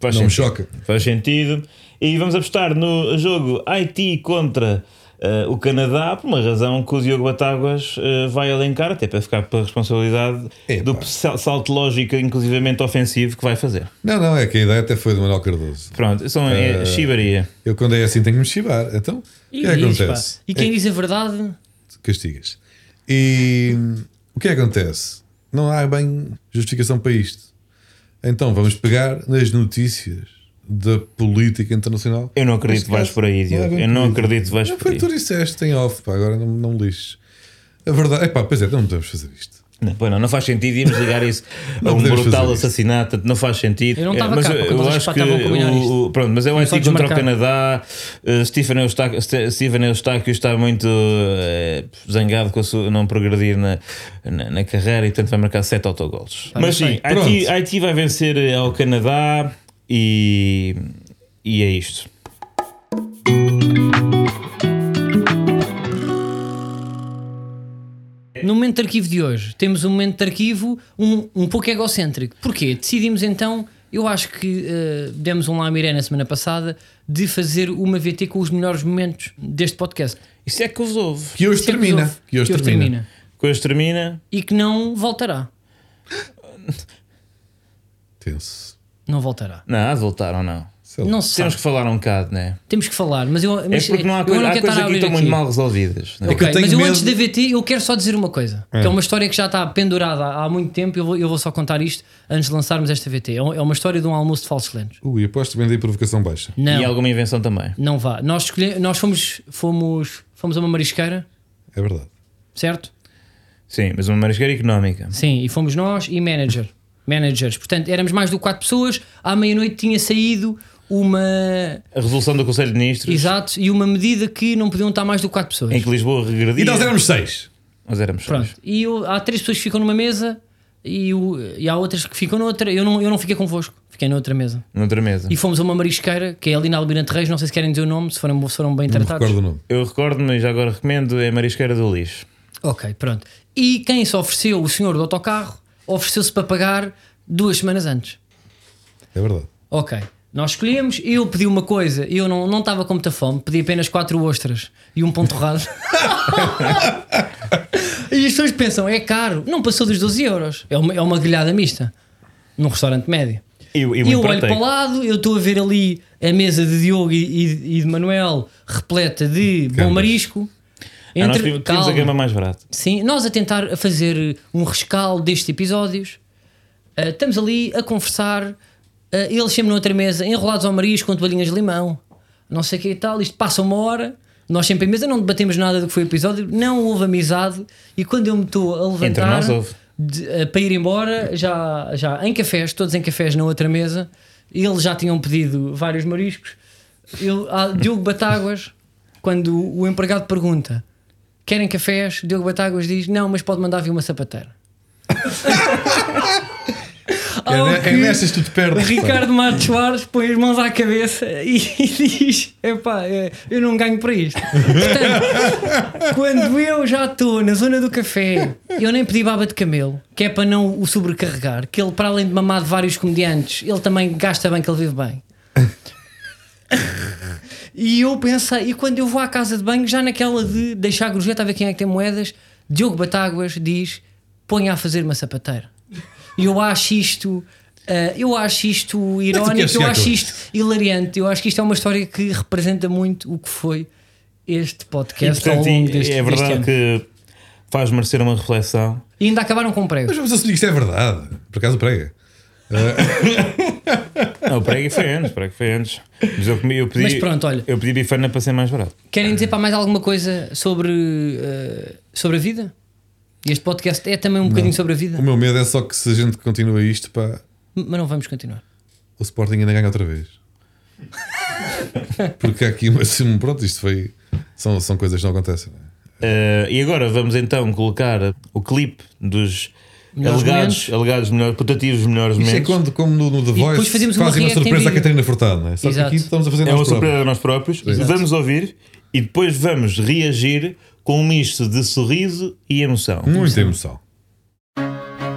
Speaker 4: faz
Speaker 2: Não me
Speaker 4: sentido.
Speaker 2: choca.
Speaker 4: Faz sentido. E vamos apostar no jogo Haiti contra eh, o Canadá, por uma razão que o Diogo Batáguas eh, vai elencar, até para ficar pela responsabilidade
Speaker 2: Epá.
Speaker 4: do sal- salto lógico, inclusivamente ofensivo, que vai fazer.
Speaker 2: Não, não, é que a ideia até foi do Manuel Cardoso.
Speaker 4: Pronto, são é,
Speaker 2: Eh,
Speaker 4: chibaria.
Speaker 2: Eu quando é assim tenho que me chivar. Então, o que é que
Speaker 3: diz, pá.
Speaker 2: acontece?
Speaker 3: E quem diz a verdade.
Speaker 2: Castigas. E hum, o que é que acontece? Não há bem justificação para isto. Então vamos pegar nas notícias da política internacional.
Speaker 4: Eu não acredito que vais por aí,
Speaker 2: Não é
Speaker 4: Diogo.
Speaker 2: bem
Speaker 4: Eu não
Speaker 2: política.
Speaker 4: acredito que vais
Speaker 2: Não
Speaker 4: por
Speaker 2: foi
Speaker 4: aí.
Speaker 2: tu disseste em off, pá, agora não, não me lixes. A verdade é pá, pois é, não podemos fazer isto.
Speaker 4: Não, pois não, não faz sentido irmos ligar isso a
Speaker 2: Não
Speaker 4: um
Speaker 2: podemos
Speaker 4: brutal
Speaker 2: fazer isso.
Speaker 4: assassinato, não faz sentido.
Speaker 3: Eu não
Speaker 4: É,
Speaker 3: estava
Speaker 4: mas
Speaker 3: cá, porque
Speaker 4: eu
Speaker 3: nós
Speaker 4: acho que
Speaker 3: estavam a combinar
Speaker 4: o,
Speaker 3: isto.
Speaker 4: o- pronto, mas é o
Speaker 3: Vamos só
Speaker 4: Haiti contra o
Speaker 3: desmarcar.
Speaker 4: Canadá. eh, Stephen Eustáquio, Ste- Stephen Eustáquio está muito eh, zangado com a sua, não progredir na, na, na carreira e portanto vai marcar 7 autogolos. mas
Speaker 3: bem.
Speaker 4: sim, Haiti,
Speaker 2: Pronto.
Speaker 4: Haiti vai vencer eh, ao Canadá e, e é isto.
Speaker 3: No momento de arquivo de hoje, temos um momento de arquivo um, um pouco egocêntrico. Porquê? Decidimos então, eu acho que eh, demos um lá à Mirena na semana passada, de fazer uma VT com os melhores momentos deste podcast.
Speaker 4: Isso é que os ouve.
Speaker 2: Que hoje
Speaker 3: Isso é
Speaker 2: termina.
Speaker 3: houve,
Speaker 2: Que hoje termina.
Speaker 4: Coisa termina.
Speaker 3: E que não voltará.
Speaker 2: Tenso.
Speaker 3: Não voltará.
Speaker 4: Não, há de voltar ou não?
Speaker 2: Sei lá.
Speaker 3: Não se
Speaker 4: Temos
Speaker 3: sabe.
Speaker 4: que falar um bocado, né?
Speaker 3: Temos que falar, mas eu,
Speaker 4: É
Speaker 3: mas
Speaker 4: porque não há,
Speaker 3: eu
Speaker 4: coisa,
Speaker 3: não
Speaker 4: há
Speaker 3: quero estar
Speaker 4: coisas
Speaker 3: a
Speaker 4: aqui que
Speaker 3: abrir
Speaker 4: estão
Speaker 3: aqui.
Speaker 4: muito mal resolvidas. né?
Speaker 2: É que eu
Speaker 3: Ok,
Speaker 2: tenho
Speaker 3: mas eu
Speaker 2: medo-
Speaker 3: antes da VT eu quero só dizer uma coisa, que é uma história que já está pendurada há muito tempo, eu vou, eu vou só contar isto antes de lançarmos esta VT. É um- é uma história de um almoço de falsos lentos.
Speaker 2: Ui, aposto que vem daí provocação baixa.
Speaker 4: E
Speaker 3: Não,
Speaker 4: alguma invenção também.
Speaker 3: não vá. Nós, escolhe- nós fomos, fomos, fomos a uma marisqueira,
Speaker 2: É verdade.
Speaker 3: certo?
Speaker 4: Sim, mas uma marisqueira económica.
Speaker 3: Sim, e fomos nós e manager. Managers. Portanto, éramos mais do que 4 pessoas, à meia-noite tinha saído uma.
Speaker 4: A resolução do Conselho de Ministros
Speaker 3: Exato, e uma medida que não podiam estar mais do que 4 pessoas.
Speaker 4: em que Lisboa regredia.
Speaker 2: E é. nós éramos seis.
Speaker 4: Nós éramos seis.
Speaker 3: Pronto. E eu- há três pessoas que ficam numa mesa e, o- e há outras que ficam noutra. Eu não, eu não fiquei convosco, fiquei noutra mesa.
Speaker 4: Noutra mesa.
Speaker 3: E fomos a uma marisqueira, que é ali na Almirante Reis, não sei se querem dizer o nome, se foram, se foram bem
Speaker 2: Não me
Speaker 3: tratados.
Speaker 2: recordo o nome.
Speaker 4: Eu recordo-me, e já agora recomendo, é a marisqueira do lixo.
Speaker 3: Ok, pronto. E quem se ofereceu, o senhor do autocarro, ofereceu-se para pagar duas semanas antes.
Speaker 2: É verdade.
Speaker 3: Ok. Nós escolhemos, eu pedi uma coisa, eu não não estava com muita fome, pedi apenas quatro ostras e um pão torrado. e as pessoas pensam, é caro, não passou dos 12 euros. É uma, é uma grelhada mista, num restaurante médio.
Speaker 4: E, e
Speaker 3: E
Speaker 4: muito
Speaker 3: eu olho
Speaker 4: proteico.
Speaker 3: para o lado, eu estou a ver ali a mesa de Diogo e, e- e de Manuel repleta de bom
Speaker 2: Gambas.
Speaker 3: marisco.
Speaker 4: Ah, nós
Speaker 3: Entre,
Speaker 4: tínhamos tínhamos a
Speaker 3: calma.
Speaker 4: gama mais barata.
Speaker 3: Sim, nós a tentar fazer um rescaldo destes episódios. Ah, estamos ali a conversar. ah, eles sempre noutra mesa, enrolados ao marisco com toalhinhas de limão, não sei o que e tal. Isto passa uma hora. Nós sempre em mesa não debatemos nada do que foi o episódio, não houve amizade. E quando eu me estou a levantar
Speaker 4: nós houve.
Speaker 3: de- ah, para ir embora, já, já em cafés, todos em cafés na outra mesa, eles já tinham pedido vários mariscos. Eu, ah, Diogo Batáguas, quando o empregado pergunta: Querem cafés? Diogo Batáguas diz: Não, mas pode mandar vir uma sapateira.
Speaker 2: É,
Speaker 3: Ao
Speaker 2: ne- é
Speaker 3: que
Speaker 2: nestas que tu te perdes.
Speaker 3: Ricardo Matos Soares põe as mãos à cabeça e, e diz: Epá, é, eu não ganho para isto. Portanto, quando eu já estou na zona do café, eu nem pedi baba de camelo, que é para não o sobrecarregar, que ele, para além de mamar de vários comediantes, ele também gasta bem, que ele vive bem. E eu pensei, e quando eu vou à casa de banho, já naquela de deixar a gorjeta a ver quem é que tem moedas, Diogo Batáguas diz: ponha a fazer uma sapateira. E eu acho isto. ah, eu acho isto
Speaker 4: é
Speaker 2: queres
Speaker 3: irónico, eu
Speaker 2: chegar
Speaker 3: acho
Speaker 2: com
Speaker 3: isto hilariante, eu acho que isto é uma história que representa muito o que foi este
Speaker 4: E,
Speaker 3: podcast ao
Speaker 4: portanto,
Speaker 3: longo
Speaker 4: e-
Speaker 3: um deste,
Speaker 4: é
Speaker 3: deste
Speaker 4: verdade
Speaker 3: ano.
Speaker 4: que faz merecer uma reflexão.
Speaker 3: E ainda acabaram com um prego.
Speaker 2: Mas vamos assumir que isto é verdade. Por acaso prega.
Speaker 4: Não, o prego foi antes, o prego foi antes. Mas eu, comi- eu pedi,
Speaker 3: Mas pronto, olha.
Speaker 4: Eu pedi bifana para ser mais barato.
Speaker 3: Querem dizer para mais alguma coisa sobre, ah, sobre a vida? Este podcast é também um bocadinho sobre a vida,
Speaker 2: O meu medo é só que se a gente continua isto, pá,
Speaker 3: mas não vamos continuar.
Speaker 2: o Sporting ainda ganha outra vez. Porque há aqui uma. assim, um, Pronto, isto foi. São, são coisas que não acontecem. não é?
Speaker 4: Uh, e agora vamos então colocar o clipe dos
Speaker 3: Melhores
Speaker 4: alegados, alegados melhores, putativos melhores
Speaker 2: Isto é
Speaker 4: momentos.
Speaker 2: quando, como no, no The
Speaker 3: depois
Speaker 2: Voice,
Speaker 3: fazemos uma
Speaker 2: fazem uma
Speaker 3: react em
Speaker 2: surpresa à
Speaker 3: vídeo.
Speaker 2: Catarina Furtado, não é? Só que
Speaker 3: Exato.
Speaker 2: aqui estamos a fazer
Speaker 4: É uma
Speaker 2: nós próprios.
Speaker 4: surpresa a nós próprios.
Speaker 3: Exato.
Speaker 4: Vamos ouvir e depois vamos reagir com um misto de sorriso e emoção.
Speaker 2: Muita emoção.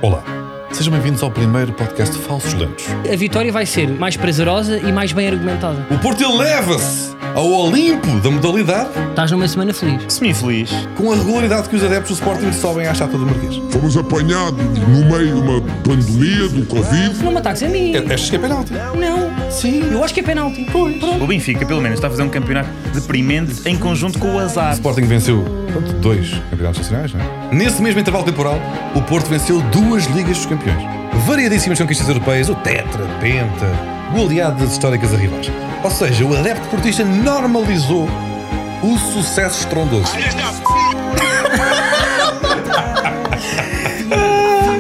Speaker 2: Olá, sejam bem-vindos ao primeiro podcast de Falsos Lentos.
Speaker 3: A vitória vai ser mais prazerosa e mais bem argumentada.
Speaker 2: O Porto eleva-se ao Olimpo da modalidade
Speaker 3: Estás numa semana feliz.
Speaker 4: Semi-feliz.
Speaker 2: com a regularidade que os adeptos do Sporting sobem à chata do Marquês.
Speaker 5: Fomos apanhados no meio de uma pandemia do Covid.
Speaker 3: Não me ataques a mim.
Speaker 2: Achas que é penalti?
Speaker 3: Não. Sim. Eu acho que é penalti. Pois. Pronto.
Speaker 4: O Benfica, pelo menos, está a fazer um campeonato deprimente em conjunto com o azar.
Speaker 2: O Sporting venceu pronto, dois campeonatos nacionais, não é? Nesse mesmo intervalo temporal, o Porto venceu duas Ligas dos Campeões. Variadíssimas conquistas europeias, o Tetra, Penta, goleadas históricas a rivais. Ou seja, o adepto portista normalizou o sucesso estrondoso.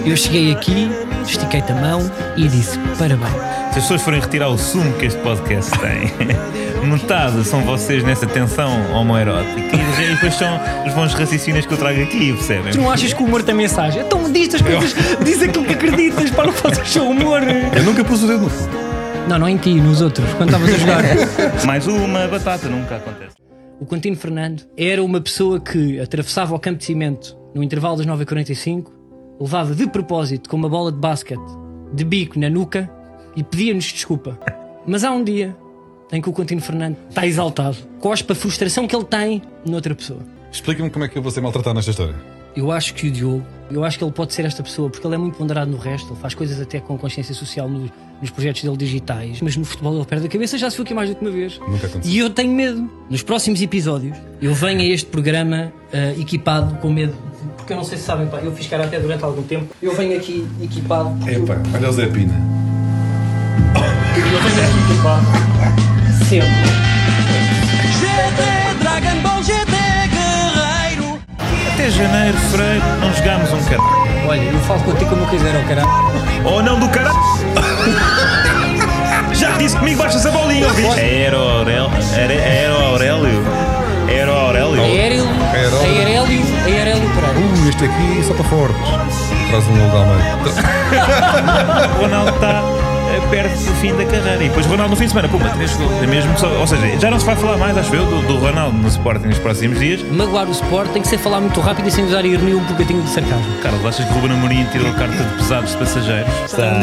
Speaker 3: Eu cheguei aqui, estiquei-te a mão e disse parabéns.
Speaker 4: Se as pessoas forem retirar o sumo que este podcast tem, metade são vocês nessa tensão homoerótica e depois são os bons raciocínios que eu trago aqui, percebem?
Speaker 3: Tu não achas que o humor tem mensagem? Então diz as coisas, diz aquilo que acreditas, para não fazer o seu humor.
Speaker 2: Eu nunca pus o dedo no cu.
Speaker 3: Não, não em ti, é nos outros, quando estavas a jogar.
Speaker 4: Mais uma batata nunca acontece.
Speaker 3: O Contino Fernando era uma pessoa que atravessava o campo de cimento no intervalo das 9h45, levava de propósito com uma bola de basquete de bico na nuca e pedia-nos desculpa. Mas há um dia em que o Contino Fernando está exaltado, cospe a frustração que ele tem noutra pessoa.
Speaker 2: Explica-me como é que eu vou ser maltratado nesta história.
Speaker 3: Eu acho que o Diogo, eu acho que ele pode ser esta pessoa, porque ele é muito ponderado no resto, ele faz coisas até com consciência social no- nos projetos dele digitais, mas no futebol ele perde a cabeça, já se viu aqui mais do que uma vez.
Speaker 2: Nunca aconteceu.
Speaker 3: E eu tenho medo. Nos próximos episódios, eu venho a este programa ah, equipado com medo, porque eu não sei se sabem, pá, eu fiz cara até durante algum tempo, eu venho aqui equipado. porque
Speaker 2: Epá, olha o Zé Pina.
Speaker 3: Eu venho aqui equipado. Sempre.
Speaker 6: GT, Dragon Ball GT, guerreiro.
Speaker 4: Até janeiro, fevereiro, não jogámos um caralho.
Speaker 3: Olha, eu falo contigo como eu quiser, oh, caralho.
Speaker 4: Ou não do caralho! Já disse comigo, baixas a bolinha, ouviste? É, Era o Aurélio. Era, era o Aurélio. Era o Aurélio.
Speaker 3: Aéreo, Aérelio, Aérelio Pereira.
Speaker 2: Uh, este aqui só para fortes. Traz um logo ao meio.
Speaker 4: O Ronaldo está eh, perto do fim da carreira. E depois Ronaldo no fim de semana, puma, três gols. É mesmo só- ou seja, já não se vai falar mais, acho eu, do, do Ronaldo no Sporting nos próximos dias.
Speaker 3: Magoar o Sport tem que ser falar muito rápido e sem usar ironia ou um bocadinho de sarcasmo.
Speaker 4: Carlos, achas que Ruben Amorim tirou a carta de pesados de passageiros?
Speaker 3: Tá.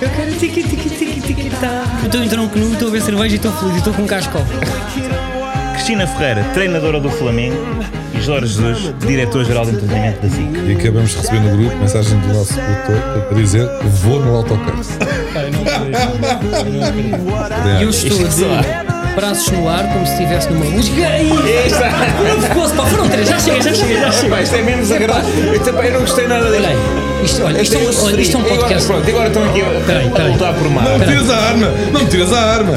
Speaker 3: Eu quero tiqui tiqui tiqui tiqui tá. Eu estou entrando no canudo, estou a ver cerveja e estou feliz, e estou com um casco.
Speaker 4: Cristina Ferreira, treinadora do Flamengo. E Jorge Jesus, diretor-geral de entretenimento da SIC.
Speaker 2: E acabamos de receber no grupo mensagem do nosso produtor a dizer vou no autocarro.
Speaker 3: E eu estou
Speaker 4: é
Speaker 3: de braços no ar, como se estivesse numa luz. E aí? Não fosse, pá, foram três, já chega, já chega, já chega.
Speaker 4: é. Isto é menos agradável. é, Eu também não gostei nada
Speaker 3: Olha
Speaker 4: disto.
Speaker 3: aí, isto, olha, isto, é um- olha, isto é um podcast.
Speaker 4: Pronto, agora estão aqui
Speaker 3: Peraí,
Speaker 4: a
Speaker 3: peraí.
Speaker 4: lutar por mal.
Speaker 2: Não me tiras a arma! Não me tiras a arma!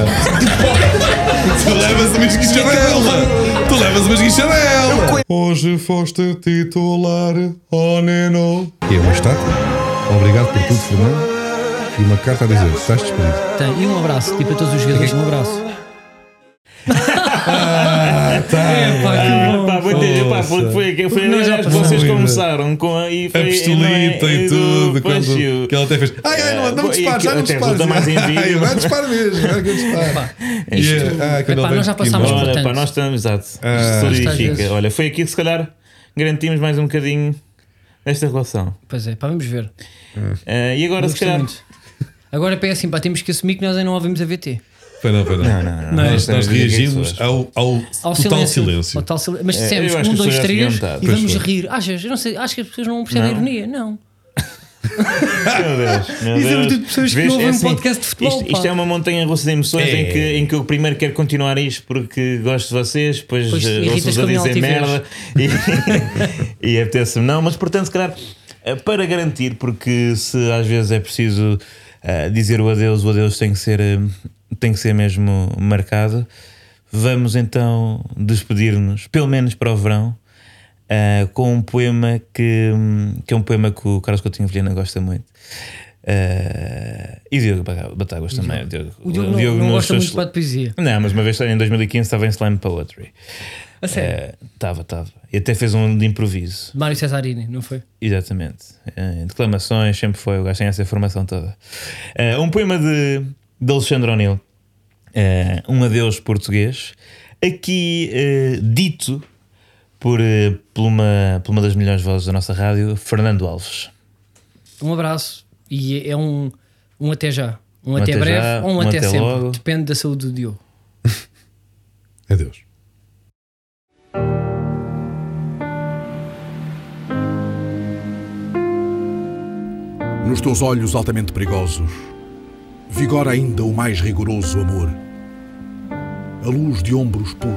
Speaker 2: tu levas uma esguichadela! Tu levas uma esguichadela! Hoje foste titular, oh Neno! E é uma estátua. Obrigado por tudo, Fernando. E uma carta a dizer, estás despedido.
Speaker 3: Tem, e um abraço, tipo a todos os jogadores, um abraço. É, pá, que bom.
Speaker 4: Pá, vou dizer, pá, foi, foi, foi aliás, vocês
Speaker 2: Não,
Speaker 4: começaram com a, e
Speaker 2: A
Speaker 4: foi,
Speaker 2: É
Speaker 4: é?
Speaker 2: pistolita e tudo,
Speaker 4: Quando...
Speaker 2: quando, que ela até fez. Ai, ai, não, não me
Speaker 4: É,
Speaker 2: dispares,
Speaker 4: e
Speaker 2: ai, não
Speaker 4: até
Speaker 2: dispares.
Speaker 4: resulta mais em
Speaker 2: Ai,
Speaker 4: vídeo.
Speaker 2: Vai disparo mesmo, vai que eu disparo. E, ah, quando
Speaker 3: Epá,
Speaker 2: ele
Speaker 3: nós já
Speaker 2: vem-
Speaker 3: passámos
Speaker 2: Embora.
Speaker 4: Olha,
Speaker 3: portanto.
Speaker 4: pá, nós estamos, exato. Isto
Speaker 2: Ah.
Speaker 3: Estas vezes.
Speaker 4: solidifica. Olha, foi aqui que se calhar garantimos mais um bocadinho nesta relação.
Speaker 3: Pois é, pá, vamos ver.
Speaker 4: Eh, e agora,
Speaker 3: Eu
Speaker 4: se
Speaker 3: gostei
Speaker 4: calhar.
Speaker 3: muito. Agora é assim, pá, temos que assumir que nós ainda não ouvimos a VT.
Speaker 2: Foi não, foi não. Nós, nós
Speaker 3: é
Speaker 2: reagimos ao, ao,
Speaker 3: Ao
Speaker 2: total
Speaker 3: Ao
Speaker 2: silêncio.
Speaker 3: tal silêncio. Mas dissemos
Speaker 4: eu acho
Speaker 3: um,
Speaker 4: que as
Speaker 3: dois,
Speaker 4: pessoas já
Speaker 3: três
Speaker 4: tinham notado.
Speaker 3: e
Speaker 2: Pois
Speaker 3: vamos
Speaker 2: foi.
Speaker 3: rir. Achas? Eu não sei, acho que as pessoas não percebem a
Speaker 4: Não.
Speaker 3: ironia. Não.
Speaker 4: Meu Deus, meu
Speaker 3: Isso é
Speaker 4: Deus.
Speaker 3: o tipo de pessoas que
Speaker 4: Vês,
Speaker 3: não ouvem
Speaker 4: é
Speaker 3: um podcast de futebol,
Speaker 4: Isto, isto
Speaker 3: pá.
Speaker 4: é uma montanha russa de emoções
Speaker 2: É.
Speaker 4: em, que, em que eu primeiro quero continuar isto porque gosto de vocês, depois
Speaker 3: Pois,
Speaker 4: eh,
Speaker 3: irritas
Speaker 4: ouço-vos
Speaker 3: com
Speaker 4: a
Speaker 3: a minha
Speaker 4: dizer
Speaker 3: altivez.
Speaker 4: merda e, e apetece-me não. Mas portanto, se calhar, eh, para garantir, porque se às vezes é preciso eh, dizer o adeus, o adeus tem que ser, eh, tem que ser mesmo marcado. Vamos então despedir-nos, pelo menos para o verão. Uh, com um poema que, que é um poema que o Carlos Coutinho Vilhena gosta muito. Uh, e Diogo Batagas também. O Diogo,
Speaker 3: O Diogo, não- não,
Speaker 4: nos
Speaker 3: gosta
Speaker 4: seus-
Speaker 3: muito pá, de poesia.
Speaker 4: Não, mas uma vez em 2015 estava em Slam Poetry.
Speaker 3: A sério.
Speaker 4: Estava, estava. E até fez um de improviso.
Speaker 3: De Mário Cesarini, não foi?
Speaker 4: Exatamente. Eh, declamações, sempre foi. O gajo tem essa formação toda. Eh, um poema de, de Alexandre O'Neill. Eh, um adeus português. Aqui eh, dito por, eh, por, uma, por uma das melhores vozes da nossa rádio, Fernando Alves.
Speaker 3: Um abraço e é um, um até já. Um,
Speaker 4: até
Speaker 3: até, breve
Speaker 4: já,
Speaker 3: ou um,
Speaker 4: um
Speaker 3: até,
Speaker 4: até
Speaker 3: sempre.
Speaker 4: logo.
Speaker 3: Depende da saúde do Diogo.
Speaker 2: Adeus.
Speaker 7: Nos teus olhos altamente perigosos, vigora ainda o mais rigoroso amor. A luz de ombros puros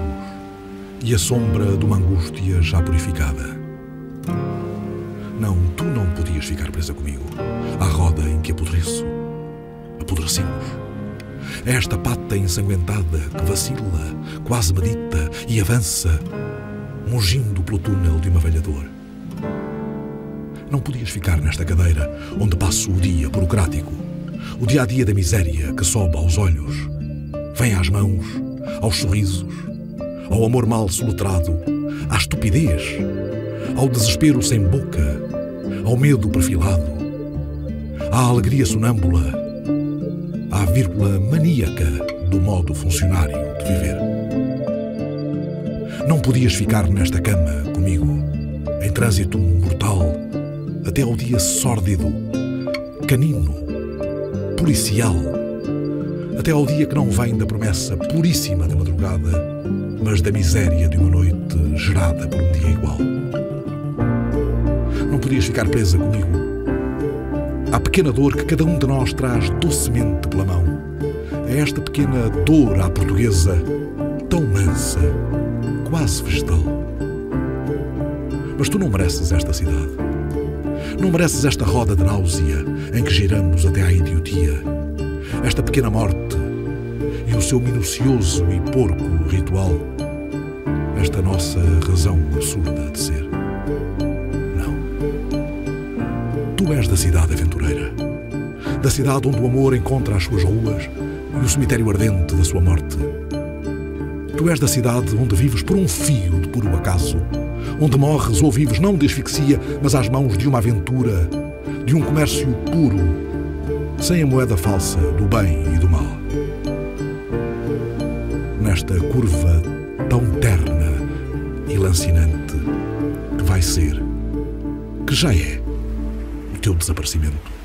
Speaker 7: e a sombra de uma angústia já purificada. Não, tu não podias ficar presa comigo, à roda em que apodreço. Apodrecemos. Esta pata ensanguentada que vacila, quase medita e avança, mugindo pelo túnel de uma velha dor. Não podias ficar nesta cadeira onde passo o dia burocrático, o dia a dia da miséria que sobe aos olhos, vem às mãos, aos sorrisos, ao amor mal soletrado, à estupidez, ao desespero sem boca, ao medo perfilado, à alegria sonâmbula, à vírgula maníaca do modo funcionário de viver. Não podias ficar nesta cama comigo, em trânsito mortal, até ao dia sórdido, canino, policial, até ao dia que não vem da promessa puríssima da madrugada, mas da miséria de uma noite gerada por um dia igual. Não podias ficar presa comigo à pequena dor que cada um de nós traz docemente pela mão. É esta pequena dor à portuguesa, tão mansa, quase vegetal. Mas tu não mereces esta cidade. Não mereces esta roda de náusea em que giramos até à idiotia. Esta pequena morte e o seu minucioso e porco ritual. Esta nossa razão absurda de ser. Não. Tu és da cidade aventureira, da cidade onde o amor encontra as suas ruas e o cemitério ardente da sua morte. Tu és da cidade onde vives por um fio de puro acaso, onde morres ou vives não de asfixia, mas às mãos de uma aventura, de um comércio puro, sem a moeda falsa do bem e do mal. Nesta curva tão terna e lancinante que vai ser, que já é, o teu desaparecimento.